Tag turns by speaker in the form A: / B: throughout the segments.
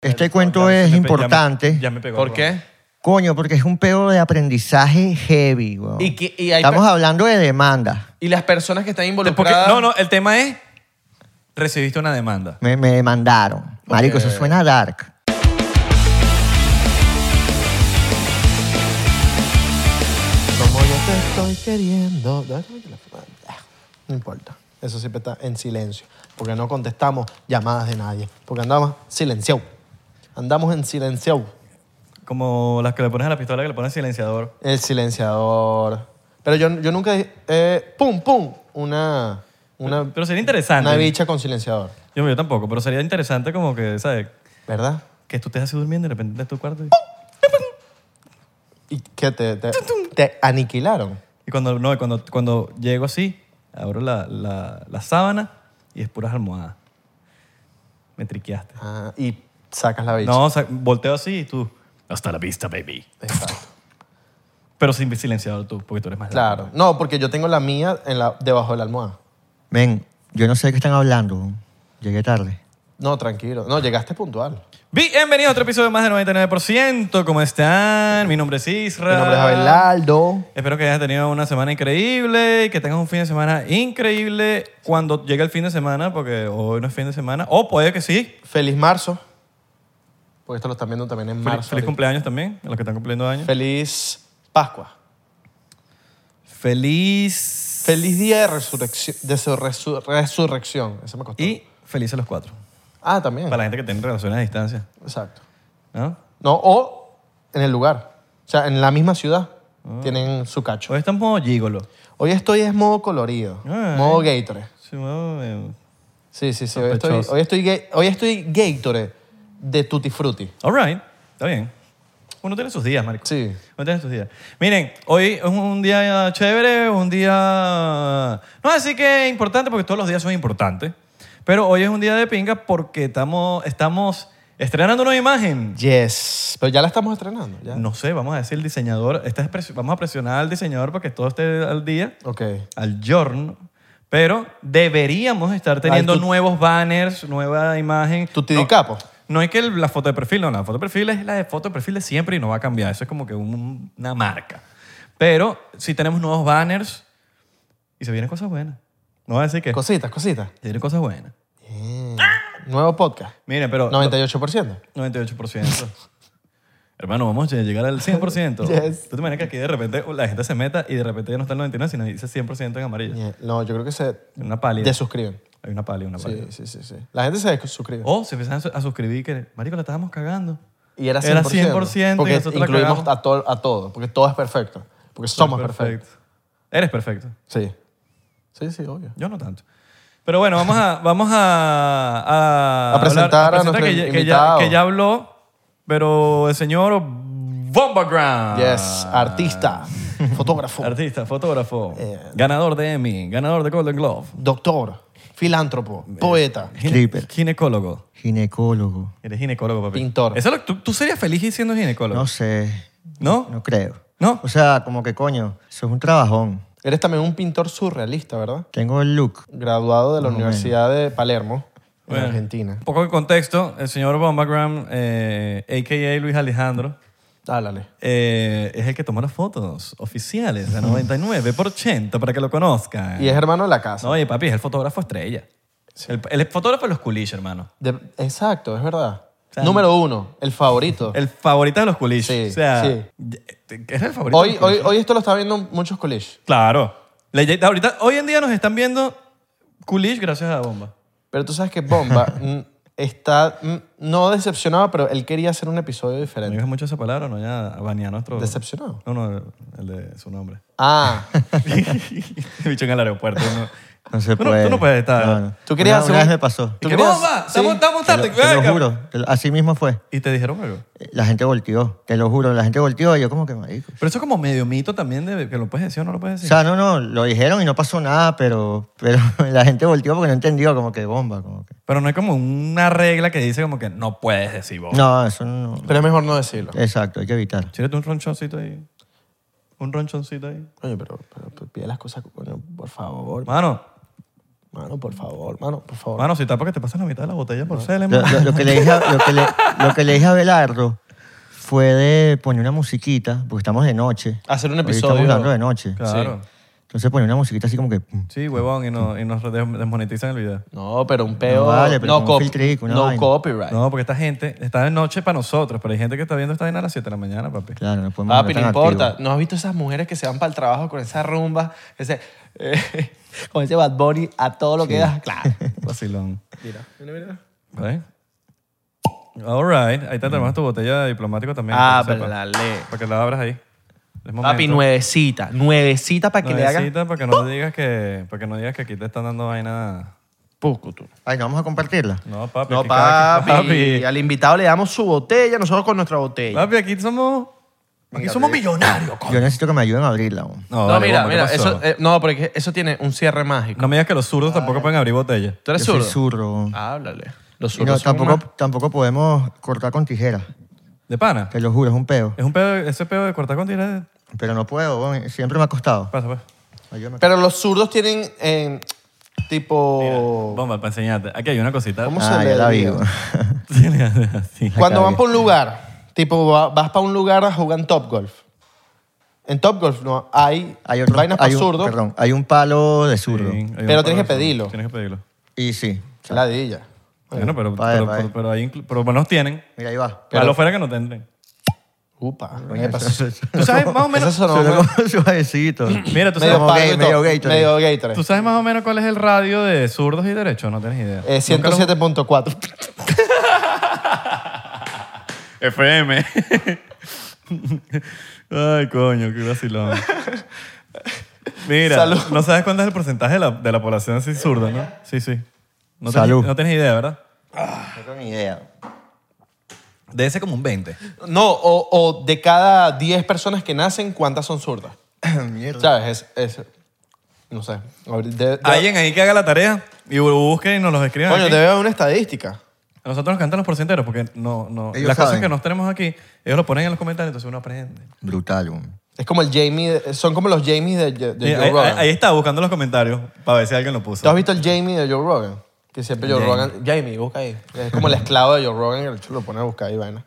A: Este cuento es importante.
B: Ya me pegó.
C: ¿Por qué?
A: Coño, porque es un pedo de aprendizaje heavy, weón.
C: Y que- y hay
A: Estamos
C: per-
A: hablando de demanda.
C: Y las personas que están
B: Porque-
C: involucradas.
B: no, no, el tema es, recibiste una demanda.
A: Me, me demandaron. Marico, eso suena dark.
D: Como yo te estoy queriendo. Dame el teléfono. Ah, No importa. Eso siempre está en silencio. Porque no contestamos llamadas de nadie. Porque andamos silenciados. Andamos en silenciado.
B: Como las que le pones a la pistola, que le pones silenciador.
D: El silenciador. Pero yo, yo nunca. dije, eh, ¡Pum, pum! Una. Una,
B: Pero sería interesante.
D: una bicha con silenciador.
B: Yo, yo tampoco, pero sería interesante como que, ¿sabes?
D: ¿Verdad?
B: Que tú estés así durmiendo y de repente en tu cuarto y,
D: ¿Y qué? Te, te, te aniquilaron.
B: y cuando, no, y cuando, cuando llego así, abro la, la, la sábana y es puras almohadas. Me triqueaste.
D: Ah, y sacas la bicha.
B: No, o sea, volteo así y tú, hasta la vista, baby.
D: Exacto.
B: Pero sin silenciador tú, porque tú eres más largo.
D: Claro. No, porque yo tengo la mía en la, debajo de la almohada.
A: Ven, yo no sé de qué están hablando. weón. Llegué tarde.
D: No, tranquilo. No, llegaste puntual.
B: Bienvenidos a otro episodio más de 99%. ¿Cómo están? Mi nombre es Isra.
D: Mi nombre es Abelardo.
B: Espero que hayas tenido una semana increíble y que tengas un fin de semana increíble cuando llegue el fin de semana, porque hoy no es fin de semana. O puede que sí.
D: Feliz marzo. Porque esto lo están viendo también en
B: Fel-
D: marzo.
B: feliz
D: ahorita.
B: cumpleaños también, a los que están cumpliendo años.
D: Feliz Pascua.
B: feliz.
D: Feliz día de resurrección. De su resu- resurrección. Eso me costó.
B: Y feliz a los cuatro.
D: Ah, también.
B: Para la gente que tiene relaciones a distancia.
D: Exacto.
B: ¿no?
D: No, o en el lugar. O sea, en la misma ciudad
B: Ah.
D: tienen su cacho.
B: Hoy estamos gígolo.
D: Hoy estoy es modo colorido.
B: Ay.
D: Modo Gatorade.
B: Sí, bueno, eh,
D: Sí, sí, sí. Hoy estoy,
B: Sospechoso.
D: hoy estoy, ga- hoy estoy Gatorade de Tutti Frutti.
B: All right, está bien. Uno tiene sus días, Marco.
D: Sí.
B: Uno tiene sus días. Miren, hoy es un día chévere, un día... No, así que importante porque todos los días son importantes. Pero hoy es un día de pinga porque estamos, estamos estrenando una imagen.
D: Yes. Pero ya la estamos estrenando. ¿ya?
B: No sé, vamos a decir el diseñador. Esta es pres- vamos a presionar al diseñador para que todo esté al día,
D: Ok.
B: al giorno. Pero deberíamos estar teniendo
D: tu-
B: nuevos banners, nueva imagen.
D: Tu
B: No-
D: tidicapo.
B: no es que el- la foto de perfil, no, la foto de perfil es la de foto de perfil de siempre y no va a cambiar. Eso es como que un- una marca. Pero si tenemos nuevos banners y se vienen cosas buenas. No voy a decir que se
D: Cositas, cositas.
B: vienen cosas buenas.
D: Nuevo podcast.
B: Mire, pero
D: 98%.
B: no- 98%. Hermano, vamos a llegar al 100%.
D: Yes.
B: ¿Tú te imaginas que aquí de repente la gente se meta y de repente ya no está el 99, sino dice 100% en amarillo?
D: Yeah. No, yo creo que se
B: Una pálida.
D: desuscriben.
B: Hay una pálida, una pálida.
D: Sí, sí, sí, sí. La gente se desuscribe.
B: O se empiezan a su- a suscribir que, marico, la estábamos cagando.
D: y era 100%.
B: Era 100% y
D: porque
B: nosotros la
D: incluimos
B: cagamos.
D: a, todo, a todo. Porque todo es perfecto. Porque somos perfectos.
B: Eres perfecto.
D: Sí. Sí, sí, obvio.
B: Yo no tanto. Pero bueno, vamos a, vamos a, a,
D: A presentar a nuestro
B: que, ya- que ya,
D: invitado.
B: que ya habló, pero el señor Bombagram.
D: Yes. Artista, fotógrafo,
B: Ah. Artista, fotógrafo,
D: Eh.
B: ganador de Emmy, ganador de Golden Glove,
D: doctor, filántropo, poeta.
B: gine-
A: Stripper.
B: ginecólogo.
A: Ginecólogo.
B: Eres ginecólogo, papi.
D: Pintor.
B: Eso es lo- tú, tú serías feliz siendo ginecólogo?
A: No sé.
B: ¿No?
A: No creo.
B: ¿No?
A: O sea, como que coño, eso es un trabajón.
D: Eres también un pintor surrealista, ¿verdad?
A: Tengo el look.
D: Graduado de la Universidad de Palermo,
B: Bueno,
D: en Argentina.
B: Un poco de contexto. El señor Bombagram, eh, a.k.a. Luis Alejandro,
D: Dálale.
B: eh, es el que toma las fotos oficiales a 99% para que lo conozcan.
D: Y es hermano de la casa.
B: No, oye, papi, es el fotógrafo estrella. El, el fotógrafo de los culiches, hermano.
D: De- exacto, es verdad.
B: sea,
D: Número uno, el favorito.
B: El favorito de los culiches.
D: Sí,
B: o sea,
D: sí.
B: es el favorito. de
D: Hoy,
B: los
D: hoy,
B: culiches.
D: hoy esto lo está viendo muchos college.
B: Claro. Le- ahorita, hoy en día nos están viendo culiches gracias a la bomba.
D: Pero tú sabes que Bomba mm, está, mm, no decepcionado, pero él quería hacer un episodio
B: No
D: diferente.
B: digas mucho esa palabra, no ya banía nuestro.
D: Decepcionado.
B: No, no, el, el de su nombre.
D: Ah,
B: Bicho en el aeropuerto. No,
A: No se
B: Tú no-
A: puede.
B: tú no puedes estar.
A: No, no.
D: Tú querías
A: Una-
D: hacer
A: una
D: un-
A: vez me pasó.
D: tú
B: ¡Qué
D: querías-
B: bomba!
D: sí.
B: Estamos, estamos
A: Te
B: tarde.
A: lo, te lo
B: venga.
A: juro. te lo- así mismo fue.
B: Y te dijeron algo.
A: La gente volteó. Te lo juro. La gente volteó y yo como que marico.
B: Pero eso es como medio mito también de que lo puedes decir o no lo puedes
A: O
B: decir.
A: sea, no, no, lo dijeron y no pasó nada, pero, pero la gente volteó porque no entendió, como que bomba, como que...
B: Pero no hay como una regla que dice como que no puedes decir bomba.
A: No, eso no...
D: pero es mejor no decirlo.
A: Exacto, hay que evitar.
B: Chírate un ronchoncito ahí. Un ronchoncito ahí.
D: Oye, pero, pero, pero pide las cosas, coño, por favor.
B: Mano,
D: Mano, por favor, mano, por favor.
B: Mano, si tapa que te pasas la mitad de la botella por ser
A: Lo, lo- lo que le dije a, lo, que le, lo que le dije a Abelardo fue de poner una musiquita, porque estamos de noche.
C: Hacer un
A: Ahorita
C: episodio.
A: Estamos hablando de noche.
B: Claro.
A: Entonces poner una musiquita así como que... mm,
B: Sí, huevón, y, no- y nos des- desmonetizan el video.
C: No, pero un peo. No,
A: No vale, pero con un
C: cop-
A: filtrico, una
C: no
A: vaina.
C: copyright.
B: No, porque esta gente está de noche para nosotros, pero hay gente que está viendo esta vaina a las 7 de la mañana, papi.
A: Claro, no podemos...
C: Papi,
A: andar
C: no
A: tan activos.
C: importa. ¿No has visto esas mujeres que se van para el trabajo con esa rumba? Ese, eh, con ese Bad Bunny a todo lo que da? Claro.
B: Vacilón.
D: Mira, mira, mira.
B: ¿Vale? All right. Ahí te tenemos tu botella de diplomático también.
C: Mm. Ah,
B: para que sepa.
C: verdad.
B: Para que la abras ahí. Es
C: Papi,
B: momento.
C: nuevecita. Nuevecita para que le hagas.
B: Nuevecita, para que ¡Oh! no digas que, para que no digas que aquí te están dando vaina.
C: Poco tú.
A: Ay, ¿no vamos a compartirla?
B: No, papi.
C: No,
B: aquí cada-
C: papi, Al invitado le damos su botella, nosotros con nuestra
B: papi.
C: botella.
B: Papi, aquí somos. Aquí somos millonarios.
A: Yo necesito que me ayuden a abrirla. weón.
C: No,
B: vale,
C: mira,
B: bomba, ¿qué
C: mira,
B: pasó?
C: eso, eh, no, porque eso tiene un cierre mágico.
B: No me digas que los zurdos tampoco pueden abrir botellas.
C: ¿Tú eres
A: Yo soy
C: zurdo? Ah,
A: zurdo, weón.
C: Háblale. Los
A: Y no,
C: zurdos son
A: tampoco,
C: más-
A: tampoco podemos cortar con tijera.
B: ¿De pana?
A: Te lo juro, es un peo.
B: Es un pedo, ese pedo de cortar con tiras.
A: Pero no puedo, weón, siempre me ha costado.
B: Pasa, pues.
A: Ayúdame.
D: Pero los zurdos tienen eh, tipo...
B: Bomba, para enseñarte. Aquí hay una cosita.
D: Oh. ¿Cómo se
A: Ah,
D: le
A: ya la vi.
D: diría?
A: weón.
B: Así.
D: Cuando
A: Acá
D: van
A: vi.
D: para un lugar, tipo va- vas para un lugar a jugar en Top Golf. En Top Golf no hay,
A: Hay otro,
D: vainas para
A: hay un-
D: zurdos,
A: Perdón, hay un palo de zurdo.
B: Sí, hay
D: Pero
B: un
D: tienes
B: palo
D: que
B: de-
D: pedirlo.
B: Tienes que pedirlo.
A: Y sí.
D: qué ladilla.
B: Bueno, pero,
A: Pa' ver,
B: pero,
A: pa'
B: pero,
A: ver.
B: pero ahí inclu- pero por lo menos tienen.
A: Mira, ahí va.
B: Pero, lo fuera que no tendrán.
D: Upa.
A: Coño, ¿qué pasó?
B: Tú sabes más o menos.
D: Eso sonó
A: Sonó
D: medio-
A: como suavecito.
B: Mira, tú sabes,
D: medio
A: Como
D: pargo y
A: gay,
D: todo.
A: medio Gatorade.
D: Medio Gatorade.
B: tú sabes más o menos cuál es el radio de zurdos y derechos. No tienes idea.
D: Eh, 107.4.
B: FM. Ay, coño, qué vacilón. Mira,
D: Salud.
B: no sabes cuánto es el porcentaje de la, de la población así zurda, ¿no? Sí, sí. No tienes-
A: Salud.
B: no tienes idea, ¿verdad?
A: No tengo ni idea.
B: De ese como un 20.
D: No, o, o de cada 10 personas que nacen, ¿cuántas son zurdas?
A: Mierda.
D: ¿Sabes? Es, es- no sé. Ahorita- de- de-
B: Alguien ahí que haga la tarea y busque y nos los escriban.
D: coño,
B: aquí.
D: debe haber una estadística.
B: A nosotros nos cantan los porcenteros porque no, no.
A: Ellos
B: las cosas
A: saben.
B: que nos tenemos aquí, ellos lo ponen en los comentarios, entonces uno aprende.
A: Brutal, weón.
D: Es como el Jamie, de- son como los Jamies de, de
B: Y
D: Joe
B: ahí,
D: Rogan.
B: ahí- ahí está buscando los comentarios para ver si alguien lo
D: ¿Tú has
B: puso.
D: visto el Jamie de Joe Rogan? Que siempre Joe Rogan. Jamie, busca ahí. Es como el esclavo de Joe Rogan que el chulo lo pone a buscar ahí, vaina.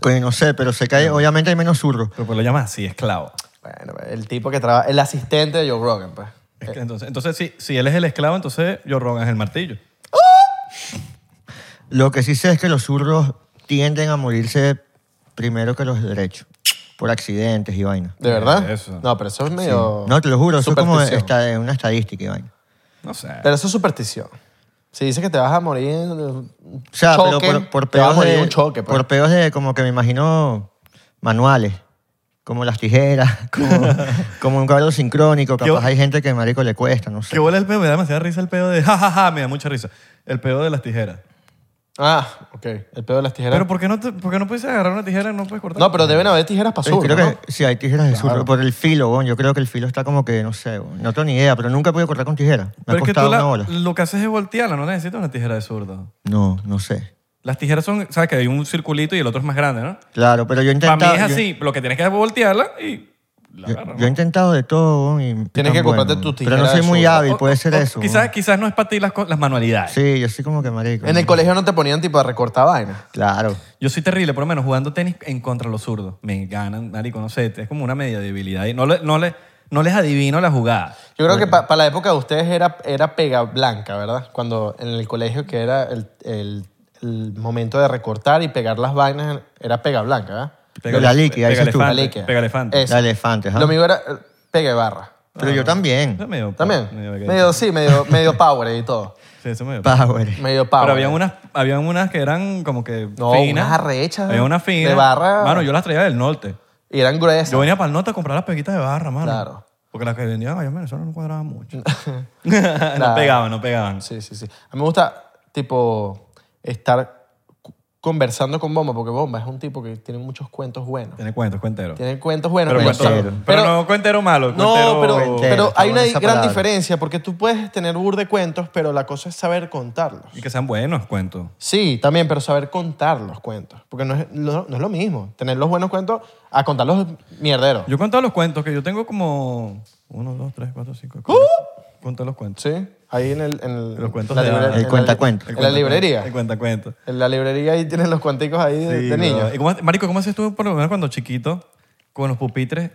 A: Coño, Pues no sé, pero sé que hay- obviamente hay menos zurdo.
B: Pero pues lo llamas así, esclavo.
D: Bueno, pues, el tipo que trabaja, el asistente de Joe Rogan, pues.
B: Es
A: Eh.
B: que Entonces, entonces si, si él es el esclavo, entonces yo Rogan es el martillo.
A: Lo que sí sé es que los zurdos tienden a morirse primero que los derechos, por accidentes y vaina.
D: ¿De verdad?
B: Eso.
D: No, pero eso es medio.
A: No, te lo juro, eso es como
D: Oh. superstición.
A: esta- una estadística y vaina.
B: No sé.
D: Pero eso es superstición. Si dice que te vas a morir en un
A: O sea,
D: choque,
A: pero por, por
D: te vas a
A: peos
D: morir
A: de,
D: en un choque, pues.
A: por peos de como que me imagino manuales, como las tijeras, como, como un caballo sincrónico,
B: Yo-
A: capaz hay gente que marico le cuesta, no
B: ¿Qué
A: sé.
B: bola el peo? Me da demasiada risa el peo de jajaja, me da mucha risa. El peo de las tijeras.
D: Ah, ok. El pedo de las tijeras.
B: Pero ¿por qué no, te- por qué no puedes agarrar una tijera y no puedes cortar?
D: no, pero deben haber tijeras para
A: Yo
D: zurdo,
A: creo
D: ¿no?
A: que sí, hay tijeras de zurdo, por el filo, weón, yo creo que el filo está como que, no sé, weón, no tengo ni idea, pero nunca he podido cortar con tijera, me
B: Pero
A: ha
B: es que tú
A: costado
B: la-
A: una bola.
B: lo que haces es voltearla, no necesitas una tijera de zurdo.
A: No, no sé.
B: Las tijeras son, sabes que hay un circulito y el otro es más grande, ¿no?
A: Claro, pero yo he
B: Para
A: intentado...
B: mí es
A: yo-
B: así, lo que tienes que es voltearla y la
A: Yo,
B: agarras.
A: yo he intentado de todo. weón, Y tan
D: Tienes que comprarte
A: bueno.
D: tu
A: Pero no
D: tijera
A: soy
D: de
A: muy
D: zurdo.
A: hábil,
B: O-
A: puede
B: o-
A: ser
B: o
A: eso.
B: Quizás,
A: weón.
B: quizás no es para ti las, co- las manualidades.
A: Sí, yo soy como que marico.
D: En el colegio no te ponían tipo a recortar vaina.
A: Claro.
B: Yo soy terrible, por lo menos jugando tenis en contra de los zurdos. Me ganan, marico, no sé, es como una media debilidad. Y no, le- no, le- no les adivino la jugada.
D: Yo creo que para la época de ustedes era, era pega blanca, ¿verdad? Cuando en el colegio que era el, el- el momento de recortar y pegar las vainas era pega blanca, ¿verdad?
A: la liqui, ahí
B: pega
A: dices tú.
B: elefante,
D: La liqui. Eh,
B: Pega elefante.
D: Es-
A: La elefante, ajá.
D: Lo mío era eh, pega y barra.
A: Pero yo
B: Eso es
A: también.
B: medio-
D: También.
B: medio-
D: Medio, sí, medio, medio power y todo.
B: Sí, eso es medio-
A: Power.
D: Medio power.
B: Pero había unas, habían unas que eran como que
D: eh. No,
B: finas.
D: unas arrechas,
B: Había unas
D: de
B: finas.
D: barra.
B: Mano, yo las traía del norte.
D: Y eran gruesas.
B: Yo venía para el norte a comprar las peguitas de barra, mano.
D: Claro.
B: Porque las que vendían allá en Venezuela no cuadraban mucho. no pegaban, no pegaban.
D: Sí, sí, sí. A mí me gusta, tipo, estar cu- conversando con Bomba, porque Bomba es un tipo que tiene muchos cuentos buenos.
B: Tiene cuentos, cuenteros.
D: Tiene cuentos buenos.
B: Pero,
D: pero-
B: cuentero.
A: cuentero.
B: pero no cuentero malo.
D: No, pero,
B: cuentero-
A: Cuentero,
D: pero
A: está
D: hay una
A: buena
D: di-
A: esa
D: gran
A: palabra.
D: diferencia porque tú puedes tener bur de cuentos, pero la cosa es saber contarlos.
B: Y que sean buenos cuentos.
D: Sí, también, pero saber contar los cuentos. Porque no es, no, no es lo mismo tener los buenos cuentos a contar los mierderos.
B: Yo he contado los cuentos que yo tengo como. Uno, dos, tres, cuatro, cinco. contar los cuentos.
D: Sí, ahí en el... En el
B: Los cuentos
D: la
B: de
D: librería-
B: hadas.
D: en
A: El
D: la-
A: cuentacuentos.
D: En la
B: cuento-
D: librería.
B: El cuenta cuento.
D: En la librería ahí tienen los cuanticos ahí de, de niños.
B: Marico, ¿cómo haces tú por lo menos cuando chiquito con los pupitres?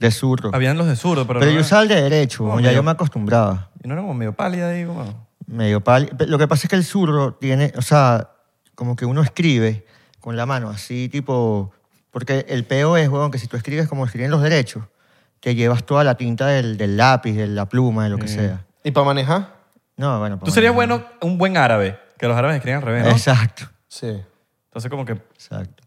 A: De zurdo.
B: Habían los de zurdo, pero,
A: Pero
B: no,
A: yo usaba el de derecho,
B: No,
A: ya
B: medio-
A: yo me acostumbraba.
B: y no era como medio pálida, digo. como-
A: Medio pal... pe- Lo que pasa es que el zurdo tiene, o sea, como que uno escribe con la mano, así tipo... Porque el peo es, weón, que si tú escribes como escriben los derechos, te llevas toda la tinta del, del lápiz, de la pluma, de lo que sea.
D: ¿Y para manejar?
A: No, bueno.
B: Mm. Tú
A: pues,
B: serías
A: bueno.
B: bueno un buen árabe, que los árabes escriben al revés, ¿no?
A: Exacto,
D: Sí.
B: Entonces como que
A: exacto.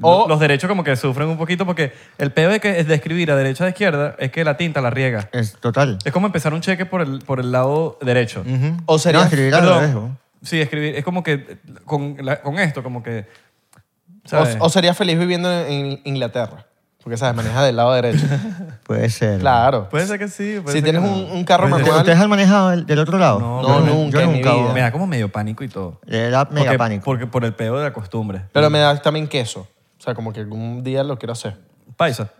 D: O-
B: lo- los derechos como que sufren un poquito porque el peor de, que, es de escribir a derecha a izquierda es que la tinta la riega.
A: Es total.
B: Es como empezar un cheque por el, por el lado derecho.
A: Ujú.
D: O sería-
A: No, escribir al
B: Perdón.
A: revés, weón.
B: Sí, escribir. Es como que eh, con, la- con esto, como que... ¿sabes?
D: O, o sería feliz viviendo en Inglaterra. Porque, ¿sabes? Maneja del lado derecho.
A: Puede ser.
D: Claro.
B: puede ser que sí. puede
D: Si
B: ser
D: tienes
B: que
D: un- un carro
B: Puede ser-
D: manual-
A: ¿Ustedes han manejado el- del otro lado?
B: No,
A: Yo
B: no,
D: nunca en mi vida.
B: Me da como medio pánico y todo.
A: Era mega
B: porque,
A: pánico.
B: Porque por el peor de la costumbre.
D: Pero me da también queso. O sea, como que algún día lo quiero hacer.
B: Paisa.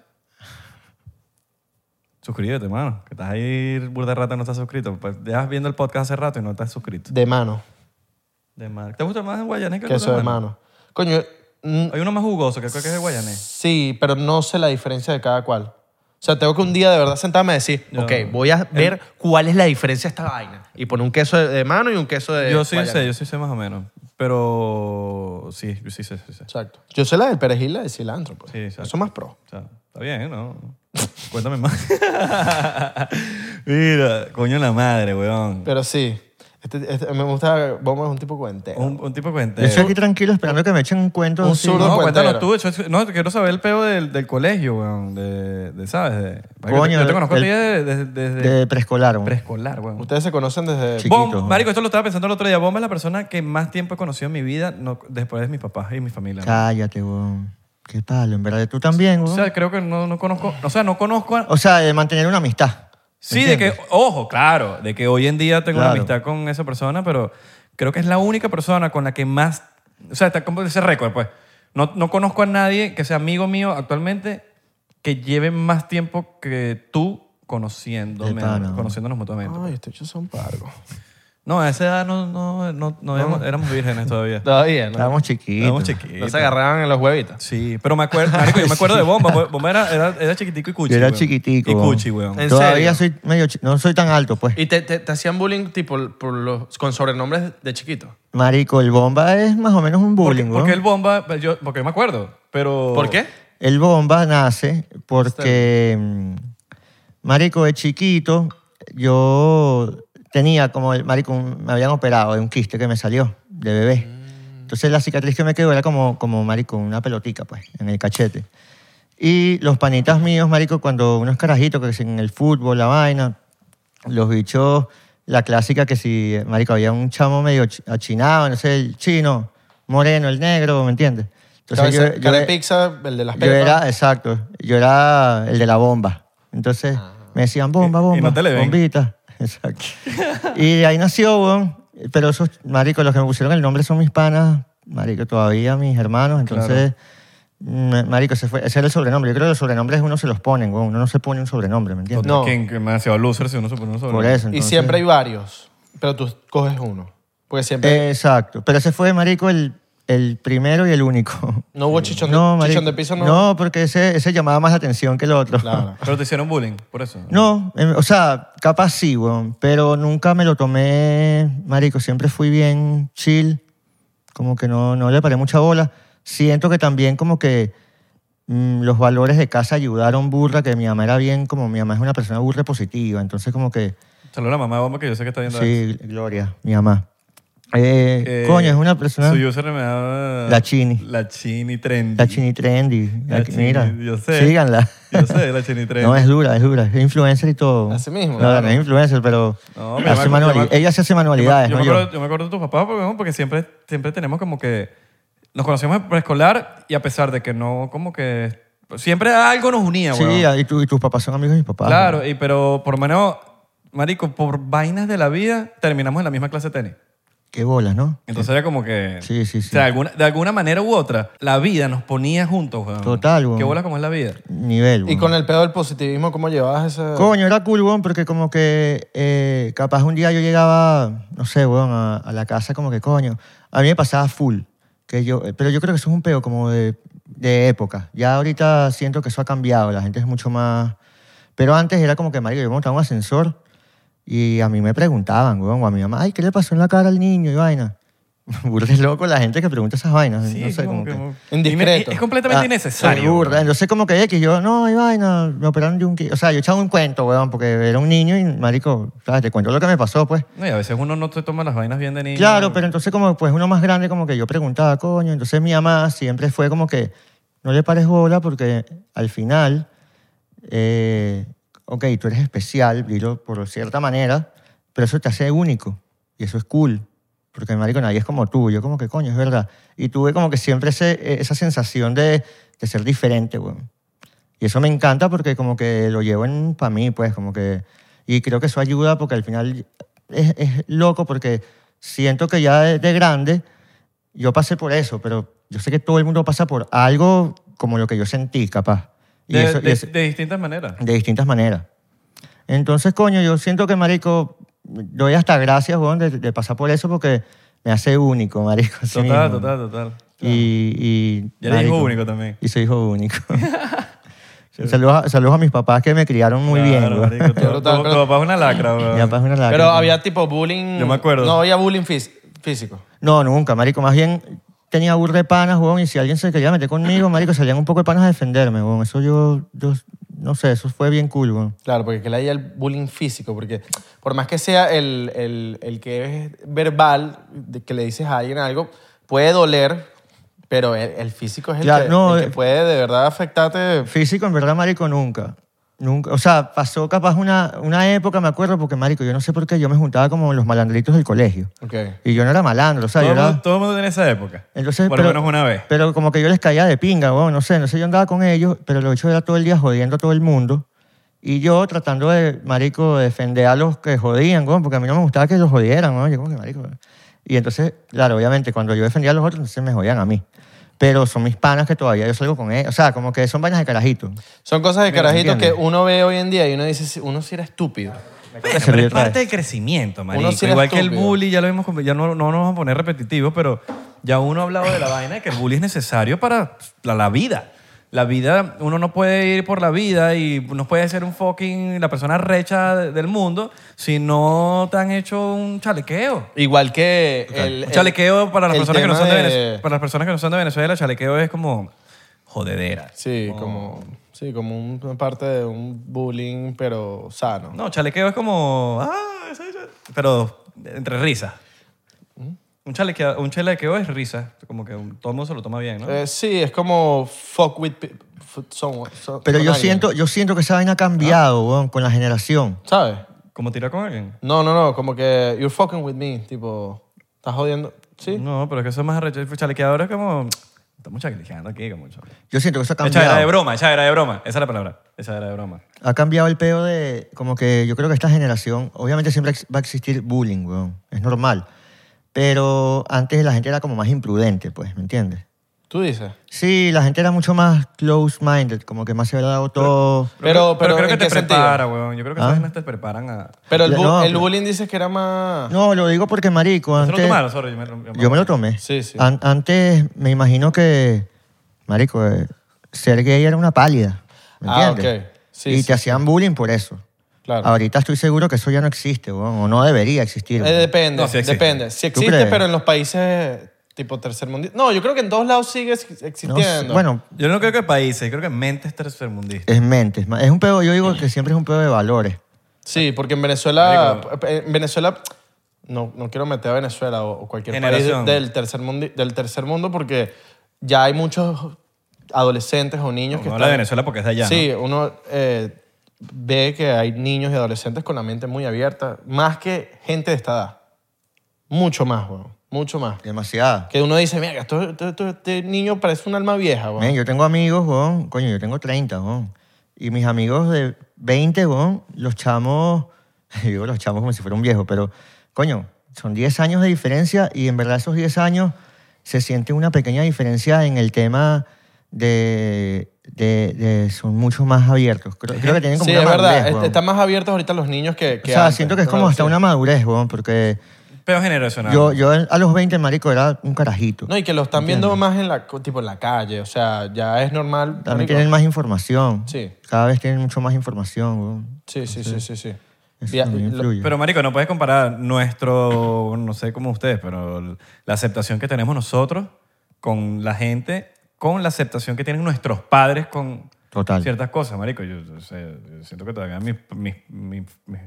B: Suscríbete, mano. Que estás ahí burda de rato y no estás suscrito. Pues llevas viendo el podcast hace rato y no estás suscrito.
D: De mano.
B: De mar. ¿Te gusta más el guayanés que el
D: Queso
B: otro,
D: de
B: mano?
D: mano. Coño, mm,
B: Hay uno más jugoso que creo que es de guayanés.
D: sí, pero no sé la diferencia de cada cual. O sea, tengo que un día de verdad sentarme a decir,
B: No.
D: ok, voy a ver cuál es la diferencia de esta vaina. Y poner un queso de, de mano y un queso de...
B: Yo sí
D: guayaba.
B: sé, yo sí sé más o menos. Pero sí, yo sí sé, sí sé.
D: Exacto. Yo sé la del perejil, la del cilantro. Pues.
B: Sí, exacto.
D: Eso más pro.
B: O sea, está bien, ¿eh? ¿no? Cuéntame más. Mira, coño la madre, weón.
D: Pero sí, este- este- me gusta, vamos es un tipo cuentero.
B: Un, un tipo
A: Yo
B: cuentero.
A: estoy aquí tranquilo esperando que me echen un cuento.
D: Un
A: así.
D: zurdo
B: No, cuéntalo
D: cuentero.
B: tú. yo- no, quiero saber el peo del, del colegio, weón. De, de, ¿sabes? De,
A: Coño,
B: yo te conozco a ti
A: el-
B: desde, desde- desde
A: De preescolar. weón.
B: preescolar, weón.
D: Ustedes se conocen desde...
A: Sí.
B: Bomb,
A: chiquito, ¿no?
B: marico, esto lo estaba pensando el otro día. Bomba es la persona que más tiempo he conocido en mi vida no- después de mis papás y mi familia. ¿no?
A: Cállate, weón. Qué palo, en verdad. Tú también,
B: O
A: weón.
B: sea, creo que no, no conozco... O sea, no conozco... a-
A: O sea, de mantener una amistad.
B: sí, de que... Ojo, claro. De que hoy en día tengo una
A: Claro.
B: amistad con esa persona, pero creo que es la única persona con la que más... O sea, está como ese récord, pues. No, no conozco a nadie que sea amigo mío actualmente que lleve más tiempo que tú conociéndome,
A: De pana.
B: conociéndonos mutuamente. pues.
D: Ay, este estos hechos son pargos.
B: No, a esa edad no, no, no, no éramos, éramos vírgenes todavía.
D: Todavía, ¿no?
A: Estábamos chiquitos.
B: Éramos chiquitos.
D: No se agarraban en los huevitos.
B: Sí, pero me acuerdo, marico, yo me acuerdo de Bomba. Bo- Bomba era, era, era chiquitico y cuchi.
A: Yo era
B: weón.
A: chiquitico.
B: Y
A: weón.
B: cuchi, weón.
D: ¿En
A: Todavía
D: serio?
A: soy medio chi- No soy tan alto, pues.
D: ¿Y te, te- te hacían bullying tipo por los, con sobrenombres de chiquito?
A: Marico, el bomba es más o menos un
B: Porque,
A: bullying,
B: porque el
A: weón.
B: Bomba, yo, porque yo me acuerdo, pero...
D: ¿Por qué?
A: El bomba nace porque... mm, Marico, de chiquito, yo tenía como... El, marico, un- me habían operado de un quiste que me salió de bebé. Entonces la cicatriz que me quedó era como, como marico, una pelotica, pues, en el cachete. Y los panitas míos, marico, cuando unos carajitos que en el fútbol, la vaina, los bichos, la clásica que si, marico, había un chamo medio ch- achinado, no sé, el chino, moreno, el negro, ¿me entiendes?
D: Entonces,
A: yo- yo-
D: pizza, el de las
A: yo
D: pepas.
A: era, exacto, yo era el de la bomba. Entonces
D: Ah.
A: me decían bomba,
B: Y- y
A: bomba,
B: no te le ven.
A: bombita. Exacto. y de ahí nació, weón. Pero esos, marico, los que me pusieron el nombre son mis panas, marico, todavía mis hermanos. Entonces, mm, marico, ese, fue, ese era el sobrenombre. Yo creo que los sobrenombres uno se los ponen, weón. Uno no se pone un sobrenombre, ¿me entiendes?
D: No.
B: Pues, ¿Quién que me hacía loser si uno se pone uno sobre?
A: Por eso.
D: Y
A: entonces-
D: siempre hay varios, pero tú coges uno. Porque siempre...
A: Eh, Exacto. Pero ese fue, marico, el, el primero y el único.
D: no hubo chichón,
A: No,
D: de,
A: marico.
D: chichón de piso, no.
A: No, porque ese, ese llamaba más la atención que el otro.
D: Claro.
B: Pero te hicieron bullying, por eso.
A: No, em, o sea, capaz sí, weón, pero nunca me lo tomé, marico, siempre fui bien chill, como que no, no le paré mucha bola. Siento que también como que mm, los valores de casa ayudaron burra, que mi mamá era bien, como mi mamá es una persona burra positiva, entonces como que,
B: Saludos a la mamá de Bomba que yo sé que está viendo esto.
A: sí, Gloria, mi mamá. Eh,
B: Eh,
A: coño, es una persona,
B: Su user me da...
A: La Chini.
B: La Chini Trendy.
A: la chini trendy,
B: La
A: la-
B: Chini,
A: mira,
B: yo sé.
A: síganla.
B: Yo sé, la Chini Trendy.
A: No, es dura, es dura. Es influencer y todo.
D: Así mismo,
A: No,
D: claro.
A: no es influencer, pero
B: No, mi mamá-
A: hace
B: mi mamá-
A: manuali- ella se hace
B: Yo me-
A: manualidades,
B: yo,
A: ¿no?
B: me
A: Yo.
B: acuerdo, yo me acuerdo de tus papás porque, porque siempre, siempre tenemos como que... Nos conocemos en preescolar y a pesar de que no como que... Siempre algo nos unía,
A: Sí,
B: weón.
A: y, tú- y tus papás son amigos de mis papás. ¿no?
B: Claro, y, pero por lo menos, marico, por vainas de la vida, terminamos en la misma clase de tenis.
A: Qué bolas, ¿no?
B: Entonces era como que.
A: Sí, sí, sí.
B: O sea, alguna- de alguna manera u otra, la vida nos ponía juntos, weón.
A: Total, weón.
B: Qué bola como es la vida.
A: Nivel.
D: Y
A: weón.
D: con el pedo del positivismo, ¿cómo llevabas ese...?
A: Coño, era cool, weón, porque como que eh, capaz un día yo llegaba, no sé, weón, a, a la casa como que coño. A mí me pasaba full. Que yo, eh, pero yo creo que eso es un peo como de, de época. Ya ahorita siento que eso ha cambiado, la gente es mucho más... Pero antes era como que, marico, yo montaba un ascensor y a mí me preguntaban, weón, o a mi mamá, ay, ¿qué le pasó en la cara al niño y vaina? Burda es loco la gente que pregunta esas vainas. no sé, como que...
D: Indiscreto.
B: Es completamente
A: Ah, sí,
B: innecesario.
A: burda. Entonces, como que X, yo, no, hay vaina, me operaron de un qui-". O sea, yo echaba un cuento, weón, porque era un niño y, marico, ¿sabes? Te cuento lo que me pasó, pues.
B: No, y a veces uno no te toma las vainas bien de niño.
A: Claro, pero entonces, como, pues, uno más grande, como que yo preguntaba, coño. Entonces, mi mamá siempre fue como que, no le pares bola porque al final, eh, ok, tú eres especial, brilo por cierta manera, pero eso te hace único. Y eso es cool. Porque, marico, nadie es como tú. Yo como que, coño, es verdad. Y tuve como que siempre ese- esa sensación de, de ser diferente, weón. Y eso me encanta porque como que lo llevo en para mí, pues, como que... Y creo que eso ayuda porque al final es, es loco porque siento que ya de, de grande yo pasé por eso, pero yo sé que todo el mundo pasa por algo como lo que yo sentí, capaz. Y
B: De,
A: eso- y
B: de-
A: eso-
B: de distintas maneras.
A: de distintas maneras. Entonces, coño, yo siento que, marico, doy hasta gracias, weón, de, de pasar por eso porque me hace único, marico. a sí
B: Total,
A: mismo.
B: total, total.
A: Y, y,
B: Ya eres hijo
A: marico,
B: único también.
A: Y soy hijo único. saludos, a, saludos a mis papás que me criaron muy bien,
B: Claro,
A: weón.
B: marico, tu-
D: Qué brutal,
B: tu-
D: pero-
B: tu papá es una lacra, weón.
A: Mi papá es una lacra.
D: Pero había tipo bullying...
B: Yo me acuerdo.
D: No había bullying fis- físico.
A: No, nunca, marico. Más bien tenía burro de panas, weón, y si alguien se quería meter conmigo, marico, salían un poco de panas a defenderme, weón. Eso yo, yo no sé, eso fue bien cool, weón.
D: Claro, porque que le haya el bullying físico, porque por más que sea el, el- el que es verbal, de que le dices a alguien algo, puede doler, pero el, el físico es el,
A: Claro,
D: que,
A: no,
D: el que
A: eh,
D: puede de verdad afectarte.
A: Físico, en verdad, marico, nunca. Nunca, o sea, pasó capaz una, una época, me acuerdo, porque marico, yo no sé por qué, yo me juntaba como los malandritos del colegio.
D: Ok.
A: Y yo no era malandro, o sea,
B: Todo
A: yo
B: el
A: era-
B: mundo- todo el mundo tiene esa época.
A: Entonces,
B: Por
A: pero-
B: lo menos una vez.
A: Pero como que yo les caía de pinga, weón, no sé, no sé, yo andaba con ellos, pero lo hecho era todo el día jodiendo a todo el mundo. Y yo tratando de, marico, de defender a los que jodían, weón, porque a mí no me gustaba que los jodieran, weón, yo como que, marico. Y entonces, claro, obviamente, cuando yo defendía a los otros, entonces me jodían a mí. Pero son mis panas que todavía yo salgo con ellos. O sea, como que son vainas de carajito.
D: Son cosas de
A: Mira,
D: carajitos que
A: entiendo.
D: uno ve hoy en día y uno dice, "Sí, uno sí era estúpido.
B: Bueno,
A: se
B: pero
A: ríe
B: es
A: otra
B: parte
A: vez.
B: del crecimiento, marico.
D: sí era
B: Igual que el
D: estúpido.
B: bully, ya lo vimos, con- ya no, no nos vamos a poner repetitivos, pero ya uno ha hablado de la vaina de que el bully es necesario para la, la vida. La vida, uno no puede ir por la vida y no puede ser un fucking, la persona recha de- del mundo si no te han hecho un chalequeo.
D: Igual que el,
B: Un
D: el-
B: chalequeo para las,
D: el
B: personas que no
D: tema
B: son de...
D: de-
B: Venezuela, para las personas que no son de Venezuela, chalequeo es como jodedera.
D: Sí, como, sí, como un- una parte de un bullying, pero sano.
B: No, chalequeo es como. "Ah, eso, eso", Pero entre risas.
D: Mm.
B: Un chalequeo, un chalequeo es risa. Como que un- todo el mundo se lo toma bien, ¿no?
D: Eh, sí, es como fuck with pe- f- someone- so-
A: Pero
D: con
A: yo
D: alguien,
A: siento, yo siento que esa vaina ha cambiado, weón, con la generación.
D: ¿Sabes?
B: Como tirar con alguien.
D: No, no, no, como que you're fucking with me, tipo, estás jodiendo, ¿sí?
B: No, pero es que eso es más arrecho. El Chalequeador es como. Estamos chalequeando aquí, como. chale-
A: Yo siento que eso ha
B: Esa era de
A: cambiado.
B: broma, esa era de broma. Esa es la palabra. Esa era de broma.
A: Ha cambiado el peo de, como que yo creo que esta generación, obviamente siempre ex- va a existir bullying, weón, es normal. Pero antes la gente era como más imprudente, pues, ¿me entiendes?
D: Tú dices.
A: Sí, la gente era mucho más close-minded, como que más se había dado todo.
D: Pero, pero,
B: creo que
D: ¿en
B: te
D: qué sentido?
B: prepara, weón. Yo creo que esas
A: ¿Ah?
B: vainas te preparan a.
D: Pero el, bu-
A: No,
D: el
A: pero-
D: bullying dices que era más...
A: No, lo digo porque, marico,
B: Se lo
A: antes...
B: tomaron, sorry. Yo me, yo me-
A: Yo me lo tomé.
D: Sí, sí.
A: An- antes me imagino que, marico, eh, ser gay era una pálida, ¿me
D: Ah,
A: entiendes?
D: ok. Sí,
A: y
D: sí,
A: te hacían bullying por eso.
D: Claro.
A: Ahorita estoy seguro que eso ya no existe, weón, o no debería existir.
D: Eh,
A: weón.
D: depende,
B: No, sí existe.
D: depende. Si
A: ¿Tú
D: existe,
A: crees?
D: pero en los países tipo tercer mundo. No, yo creo que en todos lados sigue ex-
A: No
D: existiendo.
A: sé, bueno,
B: Yo no creo que países, creo que mentes tercermundistas.
A: es mente. Es ma- es un pedo, yo digo que siempre es un pedo de valores.
D: Sí, porque en Venezuela, eh, en Venezuela, no, no quiero meter a Venezuela o, o cualquier
B: Generación.
D: país del tercer, mundo, del tercer mundo porque ya hay muchos adolescentes o niños que
B: No habla
D: están...
B: de Venezuela porque es de allá.
D: sí, uno eh, ve que hay niños y adolescentes con la mente muy abierta, más que gente de esta edad. Mucho más, weón. Mucho más.
A: Demasiado.
D: Que uno dice, mira, esto- esto- esto- este niño parece un alma vieja, weón.
A: Men, yo tengo amigos, weón, coño, yo tengo 30, weón. Y mis amigos de 20, weón, los chamos, digo los chamos como si fuera un viejo, pero coño, son 10 años de diferencia y en verdad esos 10 años se siente una pequeña diferencia en el tema de... de- de- son mucho más abiertos. Creo, creo que tienen como
D: Sí,
A: una
D: es verdad. este
A: madurez,
D: est-
A: weón.
D: Están más abiertos ahorita los niños que,
A: O sea, siento que es como hasta
D: una
A: una madurez, weón, porque
B: Peo generacional.
A: yo, yo a los 20, marico, era un carajito.
D: No, y que lo están viendo más en la, co- tipo en la calle. O sea, ya es normal.
A: También
D: marico.
A: tienen más información.
D: Sí.
A: Cada vez tienen mucho más información, weón.
D: Sí, sí, sí, sí, sí.
A: Eso
D: Via-
A: también
D: lo-
A: influye.
B: Pero, marico, no puedes comparar nuestro, no sé cómo ustedes, pero la aceptación que tenemos nosotros con la gente, con la aceptación que tienen nuestros padres con
A: Total.
B: ciertas cosas, marico. Yo, yo sé, yo siento que todavía mis, mis- mis- mis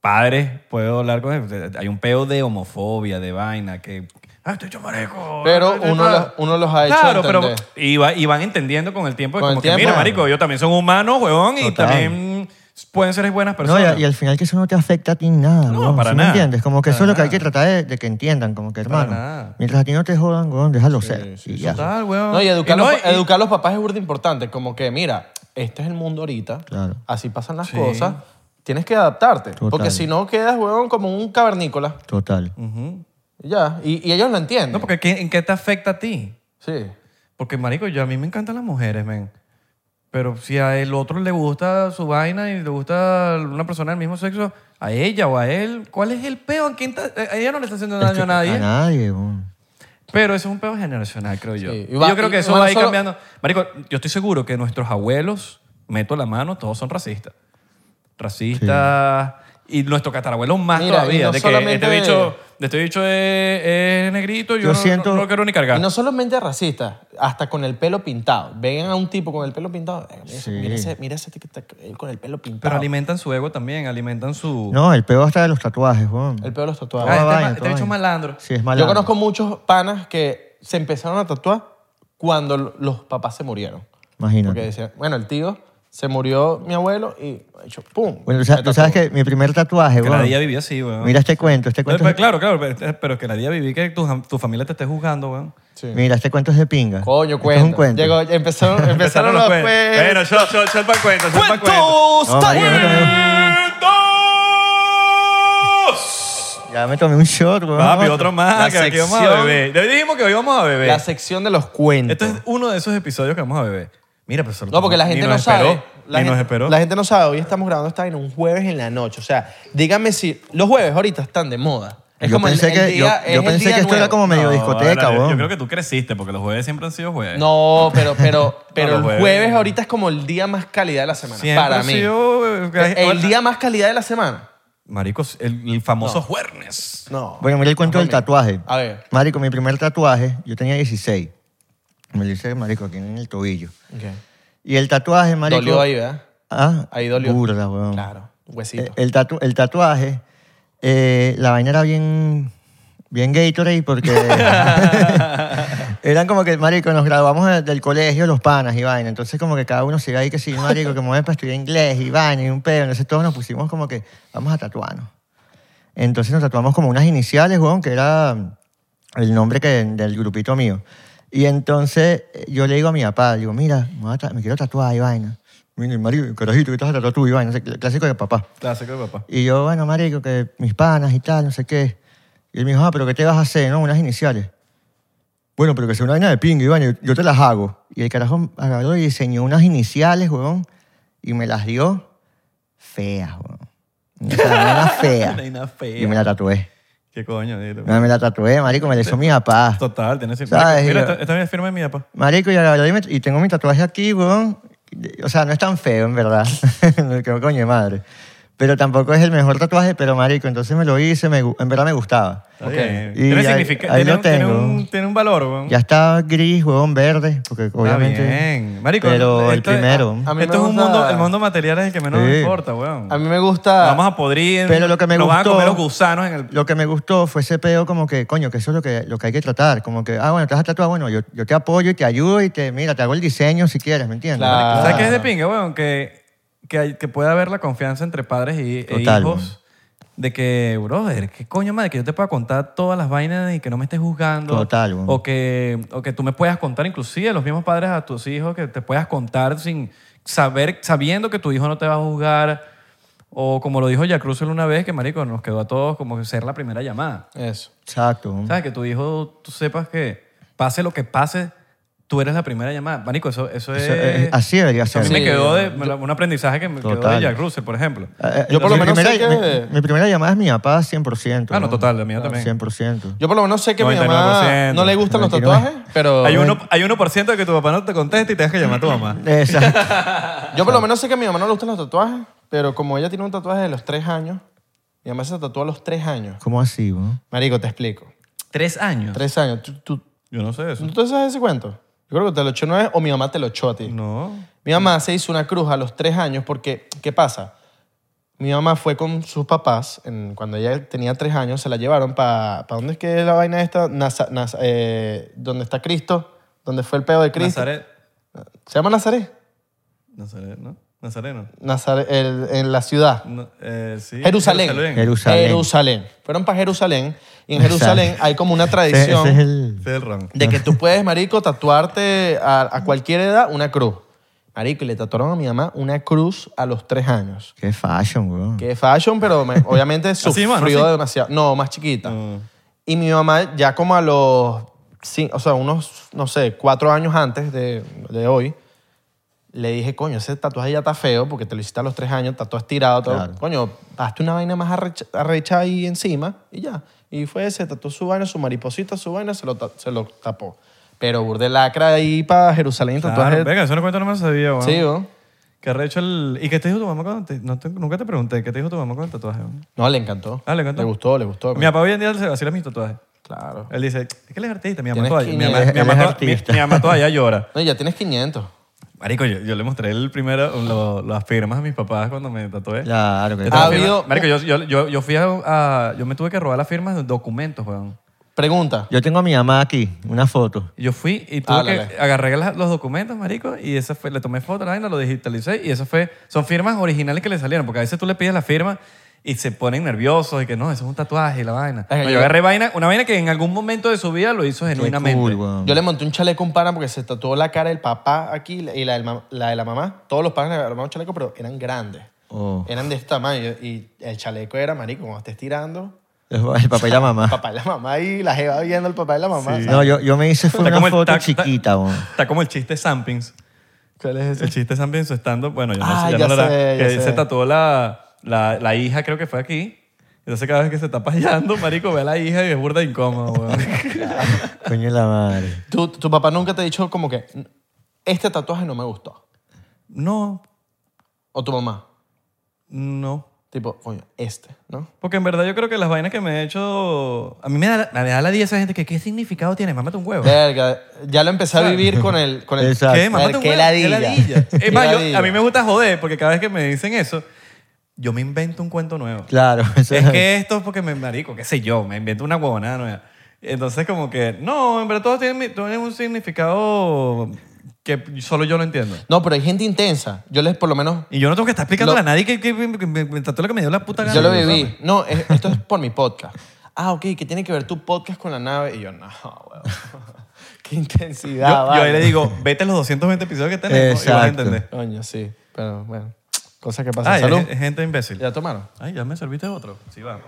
B: padres, puedo hablar con ellos, hay un peo de homofobia, de vaina, que... Ah, estoy hecho marico.
D: Pero
B: ah, estoy
D: uno
B: hecho-
D: los- uno los ha hecho
B: Claro, pero...
D: entender.
B: Y, va- y van entendiendo con el tiempo.
D: Con el
B: como que,
D: tiempo.
B: mira, marico, ellos también son humanos, huevón, y
A: Total.
B: también pueden ser buenas
A: No,
B: personas.
A: y, a- y al final que eso no te afecta a ti en nada,
B: No,
A: weón,
B: para
A: ¿sí me
B: nada.
A: entiendes? Como que
B: Para
A: eso es lo que hay
B: nada.
A: que tratar de, de que entiendan, como que hermano,
B: nada.
A: mientras a ti no te jodan, weón, déjalo ser. y ya.
B: Total, weón.
D: No, y educar,
B: no,
D: los,
B: y-
D: educar a los papás es burda importante. Como que, mira, este es el mundo ahorita.
A: Claro.
D: Así pasan las
B: Sí.
D: cosas. Tienes que adaptarte.
A: Total.
D: Porque si no, quedas, huevón, como un cavernícola.
A: Total.
B: Ujú.
D: Y Ya. Y, y ellos lo entienden.
B: No, porque ¿qué- ¿en qué te afecta a ti?
D: Sí.
B: Porque, marico, yo a mí me encantan las mujeres, men. Pero si a el otro le gusta su vaina y le gusta una persona del mismo sexo, a ella o a él, ¿cuál es el peo? ¿A, quién está- a ella no le está haciendo daño
A: Es que-
B: a nadie.
A: A nadie, weón.
B: Pero eso es un peo generacional, creo yo.
D: Sí, y
B: Y
D: va-
B: yo creo
D: y
B: que eso
D: van
B: va a ir
D: solo-
B: cambiando. Marico, yo estoy seguro que nuestros abuelos, meto la mano, todos son racistas. Racistas. Y nuestro catarabuelo más
D: Mira, y
B: todavía.
D: no
B: de que
D: solamente
B: este
D: de-
B: bicho, de este bicho es, es negrito, yo,
A: Yo
B: no-
A: siento-
B: no, no lo quiero ni cargar.
D: Y no solamente racistas, hasta con el pelo pintado. Ven a un tipo con el pelo pintado. eh, Mira,
A: Sí.
D: mira ese, mira ese que está con el pelo
B: Pero
D: pintado.
B: alimentan su ego también, alimentan su...
A: No, el peor hasta de los tatuajes, weón.
D: el pelo de los
B: Ah,
D: tatuajes.
A: Toda
B: este
A: vaina,
B: ma- este
A: toda
B: bicho es
A: vaina.
B: malandro.
A: Sí, es malandro.
D: Yo conozco muchos panas que se empezaron a tatuar cuando l- los papás se murieron.
A: Imagínate.
D: Porque decían, bueno, el tío se murió mi abuelo y hecho, ¡pum!
A: Bueno, tú sabes, tú sabes que mi primer tatuaje,
B: Que la día
A: weón.
B: viví así, weón.
A: Mira este cuento, este
B: Pero-
A: cuento.
B: pero claro, claro, pero- pero que la día viví que tu, jam- tu familia te esté juzgando, weón.
D: Sí.
A: Mira, este cuento es de pinga.
D: Coño,
A: Este es un
D: cuento.
A: cuento.
D: Llegó, empezaron, empezaron los cuentos.
B: Bueno, yo, yo, yo para cuento, yo para cuento.
C: ¡Cuentos!
A: No, marico, yo me tomé-
B: ¡Cuentos!
A: ya me tomé un shot, weón.
B: Papi, otro
D: La
B: más, que aquí vamos a
D: sección-
B: beber. Ya dijimos que hoy vamos a beber.
D: La sección de los cuentos.
B: Esto es uno de esos episodios que vamos a beber. Mira, pero se lo
D: No, porque la
B: tomamos.
D: gente
B: Ni
D: no
B: nos esperó,
D: sabe. La
B: ni
D: gente,
B: nos esperó.
D: la gente no sabe. Hoy estamos grabando esta en un jueves en la noche. O sea, díganme si los jueves ahorita están de moda. Es
A: Yo
D: como el-
A: pensé
D: el
A: que-
D: día-
A: yo-
D: es
A: yo
D: el
A: pensé
D: día
A: que esto era
D: nuevo.
A: como medio
B: No,
A: discoteca,
B: ahora, yo-
A: weón.
B: Yo creo que tú creciste porque los jueves siempre han sido jueves.
D: No, pero, pero, pero
B: los
D: el
B: jueves.
D: jueves ahorita es como el día más calidad de la semana.
B: Siempre
D: para
B: ha
D: mí.
B: sido, eh,
D: El día más calidad de la semana.
B: Marico, el, el famoso jueves.
D: No.
A: Bueno, mira el cuento del tatuaje.
D: A ver.
A: Marico, mi primer tatuaje, yo tenía 16. Me lo hice, marico, aquí en el tobillo. Y el tatuaje, marico...
D: Dolió ahí, ¿verdad?
A: Ah,
D: Ahí dolió.
A: burda, weón.
D: Claro, huesito.
A: Eh, El, tatu- el tatuaje, eh, la vaina era bien... Bien Gatorade porque... eran como que, marico, nos graduamos de- del colegio los panas y vaina. Entonces como que cada uno se iba ahí que sí, marico, que me voy para estudiar inglés y vaina y un pedo. Entonces todos nos pusimos como que vamos a tatuarnos. Entonces nos tatuamos como unas iniciales, weón, que era el nombre que, del grupito mío. Y entonces eh, yo le digo a mi papá, digo, mira, me, voy a ta- me quiero tatuar y vaina. Mira, marico, carajito, que te vas a tatuar tú y vaina. Ese cl- Clásico de papá.
B: Clásico de papá.
A: Y yo, bueno, marico, que mis panas y tal, no sé qué. Y él me dijo, ah, pero ¿qué te vas a hacer, no? Unas iniciales. Bueno, pero que sea una vaina de pinga, Iván, yo, yo te las hago. Y el carajo agarró y diseñó unas iniciales, weón, y me las dio feas, weón. O sea, una vaina fea.
B: Una vaina fea.
A: Y me la tatué.
B: ¿Qué coño? dile.
A: Me, me la tatué, marico, me la hizo mi papá.
B: Total, tienes que
A: ¿Sabes?
B: Mira,
A: Yo-
B: esta, esta es firma de mi papá.
A: Marico, y, agarró y, me- y tengo mi tatuaje aquí, weón. O sea, no es tan feo, en verdad. Qué coño de madre. Pero tampoco es el mejor tatuaje, pero marico, entonces me lo hice, me gu- en verdad me gustaba.
B: Está
D: Ok.
B: bien.
A: Y
B: Tiene
A: ahí-
B: significado.
A: ahí
B: Tiene,
A: lo
B: un- tiene
A: tengo.
B: un, tiene un valor, weón.
A: Ya está gris, huevón, verde, porque
B: Está
A: obviamente.
B: bien. Marico,
A: pero el
B: esto es-
A: primero.
D: a- a mí
B: esto
D: me
B: es un
D: gusta-
B: mundo, el mundo material es el que menos
A: Sí.
B: me importa, weón.
D: A mí me gusta.
B: Nos eh, vamos a podrir.
A: Pero lo que me
B: nos van a
A: gustó-
B: comer los gusanos en el.
A: lo que me gustó fue ese peo como que, coño, que eso es lo que, lo que hay que tratar. Como que, ah, bueno, te vas a tatuar, bueno, yo, yo te apoyo y te ayudo y te, mira, te hago el diseño si quieres, ¿me entiendes?
D: Claro.
B: ¿Sabes
D: Ah.
B: qué es de pinga, weón? Que, que, hay- que puede haber la confianza entre padres y, e
A: Total, weón.
B: hijos. De que, brother, qué coño madre, que yo te pueda contar todas las vainas y que no me estés juzgando.
A: Total, weón.
B: o que, o que tú me puedas contar, inclusive los mismos padres a tus hijos, que te puedas contar sin saber, sabiendo que tu hijo no te va a juzgar. O, O como lo dijo Jack Russell una vez, que marico, nos quedó a todos como que ser la primera llamada.
D: Eso.
A: Exacto.
B: ¿Sabes? Que tu hijo, tú sepas que pase lo que pase, tú eres la primera llamada. Marico, eso, eso es...
A: Eso, eh, así debería
B: eso a
A: ser.
B: mí
D: Sí,
B: me quedó de,
D: yo-
B: me la- un aprendizaje que me quedó de
A: Total.
B: Jack Russell, por ejemplo.
A: Eh, eh,
D: Yo por lo
A: mi
D: menos
A: primera,
D: sé que-
A: mi, mi primera llamada es mi papá 100%.
B: Ah, no, total, la mía también.
A: 100%.
D: Yo por lo menos sé que a mi mamá
B: 99%.
D: no le gustan los
A: 99.
D: tatuajes, pero eh,
B: Hay, uno, hay 1% de que tu papá no te conteste y te que llamar a tu mamá.
A: Exacto.
D: yo por lo menos sé que a mi mamá no le gustan los tatuajes, pero como ella tiene un tatuaje de los tres años, mi mamá se tatuó a los tres años.
A: ¿Cómo así, bro?
D: Marico, te explico.
B: ¿Tres años?
D: Tres años. ¿Tú, tú,
B: Yo no sé eso.
D: ¿tú te sabes ese cuento? Yo creo que te lo echó una vez o mi mamá te lo echó a ti.
B: No.
D: Mi mamá se hizo una cruz a los tres años porque, ¿qué pasa? Mi mamá fue con sus papás, en- cuando ella tenía tres años, se la llevaron para... ¿Para dónde es que es la vaina esta? Naza- Naz- eh, ¿Dónde está Cristo? ¿Dónde fue el pedo de Cristo?
B: Nazaret.
D: ¿Se llama Nazaret?
B: Nazaret, ¿no? Nazareno.
D: Nazaret, el- en la ciudad.
B: No, eh, sí.
D: Jerusalén.
A: Jeru- Jerusalén.
D: Jerusalén. Fueron para Jerusalén y
A: Exacto.
D: en Jerusalén hay como una
A: Ese,
D: tradición
A: ese es el...
B: Ese es el ron.
D: de que tú puedes, marico, tatuarte a, a cualquier edad una cruz. Marico, y le tatuaron a mi mamá una cruz a los tres años.
A: Qué fashion, bro.
D: Que fashion, pero me- obviamente
B: Así,
D: sufrió
B: mano, así.
D: demasiado. No, más chiquita.
B: No.
D: Y mi mamá ya como a los, cin- o sea, unos, no sé, cuatro años antes de, de hoy, le dije, coño, ese tatuaje ya está feo porque te lo hiciste a los tres años, tatuaje estirado, todo.
A: Claro.
D: Coño, hazte una vaina más arrecha, arrecha ahí encima y ya. Y fue, se tatuó su vaina, su mariposita, su vaina, se lo, ta- se lo tapó. Pero burde lacra ahí para Jerusalén, tatuaje...
B: Claro, venga, eso no cuento, no me lo sabía, weón.
D: sí, ¿no?
B: Que arrecho el... ¿Y qué te dijo tu mamá cuando te... no te- Nunca te pregunté, ¿qué te dijo tu mamá con el tatuaje? weón?
D: No, le encantó.
B: Ah, le encantó.
D: Le gustó, le gustó.
B: Mi papá hoy en día se vacila mis tatuajes.
D: Claro.
B: Él dice, es que él es artista, mi mamá
D: Tienes
B: todavía, mi
D: 500.
B: mamá, mi
A: Él
B: mamá
A: es
B: toda- mi-
A: artista.
B: mi mamá todavía llora.
D: No, ya tienes 500.
B: Marico, yo, yo le mostré el primero, lo- las firmas a mis papás cuando me tatué.
A: Claro, que
B: Yo
A: sí.
B: tengo
D: Ah,
B: firmas-
D: habido-
B: Marico, yo, yo, yo, yo fui a, a- Yo me tuve que robar las firmas de documentos, weón.
D: Pregunta.
A: Yo tengo a mi mamá aquí, una foto.
B: Yo fui y tuve
D: Ah,
B: que...
D: la ley.
B: Agarré las- los documentos, marico, y esa fue, le tomé foto, la vaina, lo digitalicé y eso fue... Son firmas originales que le salieron, porque a veces tú le pides la firma y se ponen nerviosos y que no, eso es un tatuaje y la vaina.
D: Ay,
B: No,
D: yo-
B: yo agarré vaina, una vaina que en algún momento de su vida lo hizo
A: Qué
B: genuinamente.
A: cool, weón.
D: Yo le monté un chaleco a un pana porque se tatuó la cara del papá aquí y la, del mam- la de la mamá. Todos los panas le armaron un chaleco, pero eran grandes.
A: Oh.
D: Eran de este tamaño. Y el chaleco era, marico, como estés tirando,
A: El papá y la mamá.
D: papá y la mamá y la jeva viendo el papá y la mamá. ¿sabes?
A: No, yo, yo me hice fue
B: Está
A: una
B: como el-
A: foto
B: está- está-
A: chiquita, weón.
B: Está como el chiste Sampings.
D: ¿Cuál es ese?
B: El chiste también su estando, bueno, yo no
D: Ah,
B: sé, ya,
D: ya
B: no la-
D: sé, ya
B: que
D: sé.
B: se tatuó la, la, la hija, creo que fue aquí. Entonces cada vez que se está paseando, marico, ve a la hija y es burda incómodo, weón.
A: Coño de la madre.
D: ¿Tu, tu papá nunca te ha dicho como que este tatuaje no me gustó.
B: No,
D: O tu mamá.
B: no.
D: Tipo, coño, este, ¿no?
B: Porque en verdad yo creo que las vainas que me he hecho... A mí me da, la- me da la 10 esa gente que qué significado tiene, mámate un huevo.
D: Verga, ya lo empecé a vivir con el... Con el
A: Exacto.
B: ¿Qué? Mámate
D: Ver,
B: un
D: qué
B: huevo.
D: ladilla. Qué
B: Es más, yo-
D: ladilla.
B: a mí me gusta joder porque cada vez que me dicen eso, yo me invento un cuento nuevo.
A: Claro. eso
B: Es que esto es porque me marico, qué sé yo, me invento una huevonada nueva. Entonces como que, no, en verdad todos tienen, mi- tienen un significado que solo yo lo entiendo.
D: No, pero hay gente intensa. Yo les, por lo menos,
B: Y yo no tengo que estar explicándole
D: Lo-
B: a nadie que, que, que- que me, me trató lo que me dio la puta gana.
D: Yo lo viví. No, es- esto es por mi podcast. Ah, ok, ¿qué tiene que ver tu podcast con la nave? Y yo, no, weón. Qué
B: Yo,
D: intensidad,
B: yo ahí
D: vale.
B: le digo, vete los 220 episodios que tenemos y vas a
A: Exacto.
B: entender.
D: Coño, sí, pero bueno. Cosas que pasan.
B: Ay,
D: Salud.
B: es- es gente imbécil.
D: ¿Ya tomaron?
B: Ay, ya me serviste otro. Sí, va.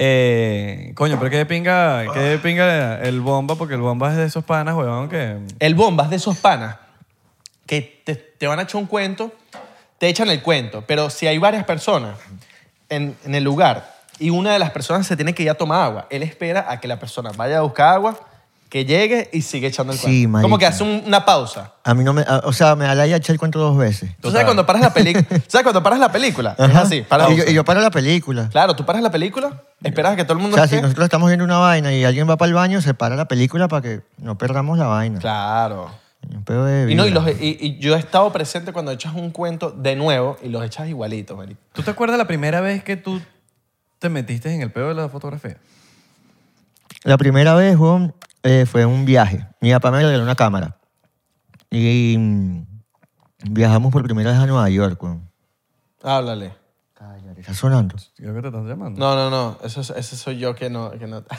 B: Eh, coño, pero qué de pinga, qué de pinga el bomba, porque el bomba es de esos panas, huevón, que...
D: El bombas de esos panas que te, te van a echar un cuento, te echan el cuento, pero si hay varias personas en, en el lugar y una de las personas se tiene que ir a tomar agua, él espera a que la persona vaya a buscar agua, que llegue y sigue echando el
A: Sí,
D: cuento. Como
A: marico.
D: que hace un- una pausa.
A: A mí no me. a- o sea, me da la echar el cuento dos veces.
D: ¿Tú sabes cuando paras la película? ¿Sabes cuando paras la película? Es
A: Ajá.
D: así, para
A: y, yo, y yo paro la película.
D: Claro, tú paras la película, esperas a que todo el
A: O
D: mundo
A: sea,
D: esté.
A: si nosotros estamos viendo una vaina y alguien va para el baño, se para la película para que no perdamos la vaina.
D: Claro.
A: Un pedo de
D: Y, no, y,
A: vida.
D: los, y, y yo he estado presente cuando echas un cuento de nuevo y los echas igualito, marico.
B: ¿Tú te acuerdas la primera vez que tú te metiste en el pedo de la fotografía?
A: La primera vez, weón, eh, fue un viaje. Mi papá me regaló una cámara. Y mm, viajamos por primera vez a Nueva York, weón.
D: Háblale.
A: Está sonando.
B: Creo que te están llamando.
D: No, no, no. Eso, es- eso soy yo que no. Que no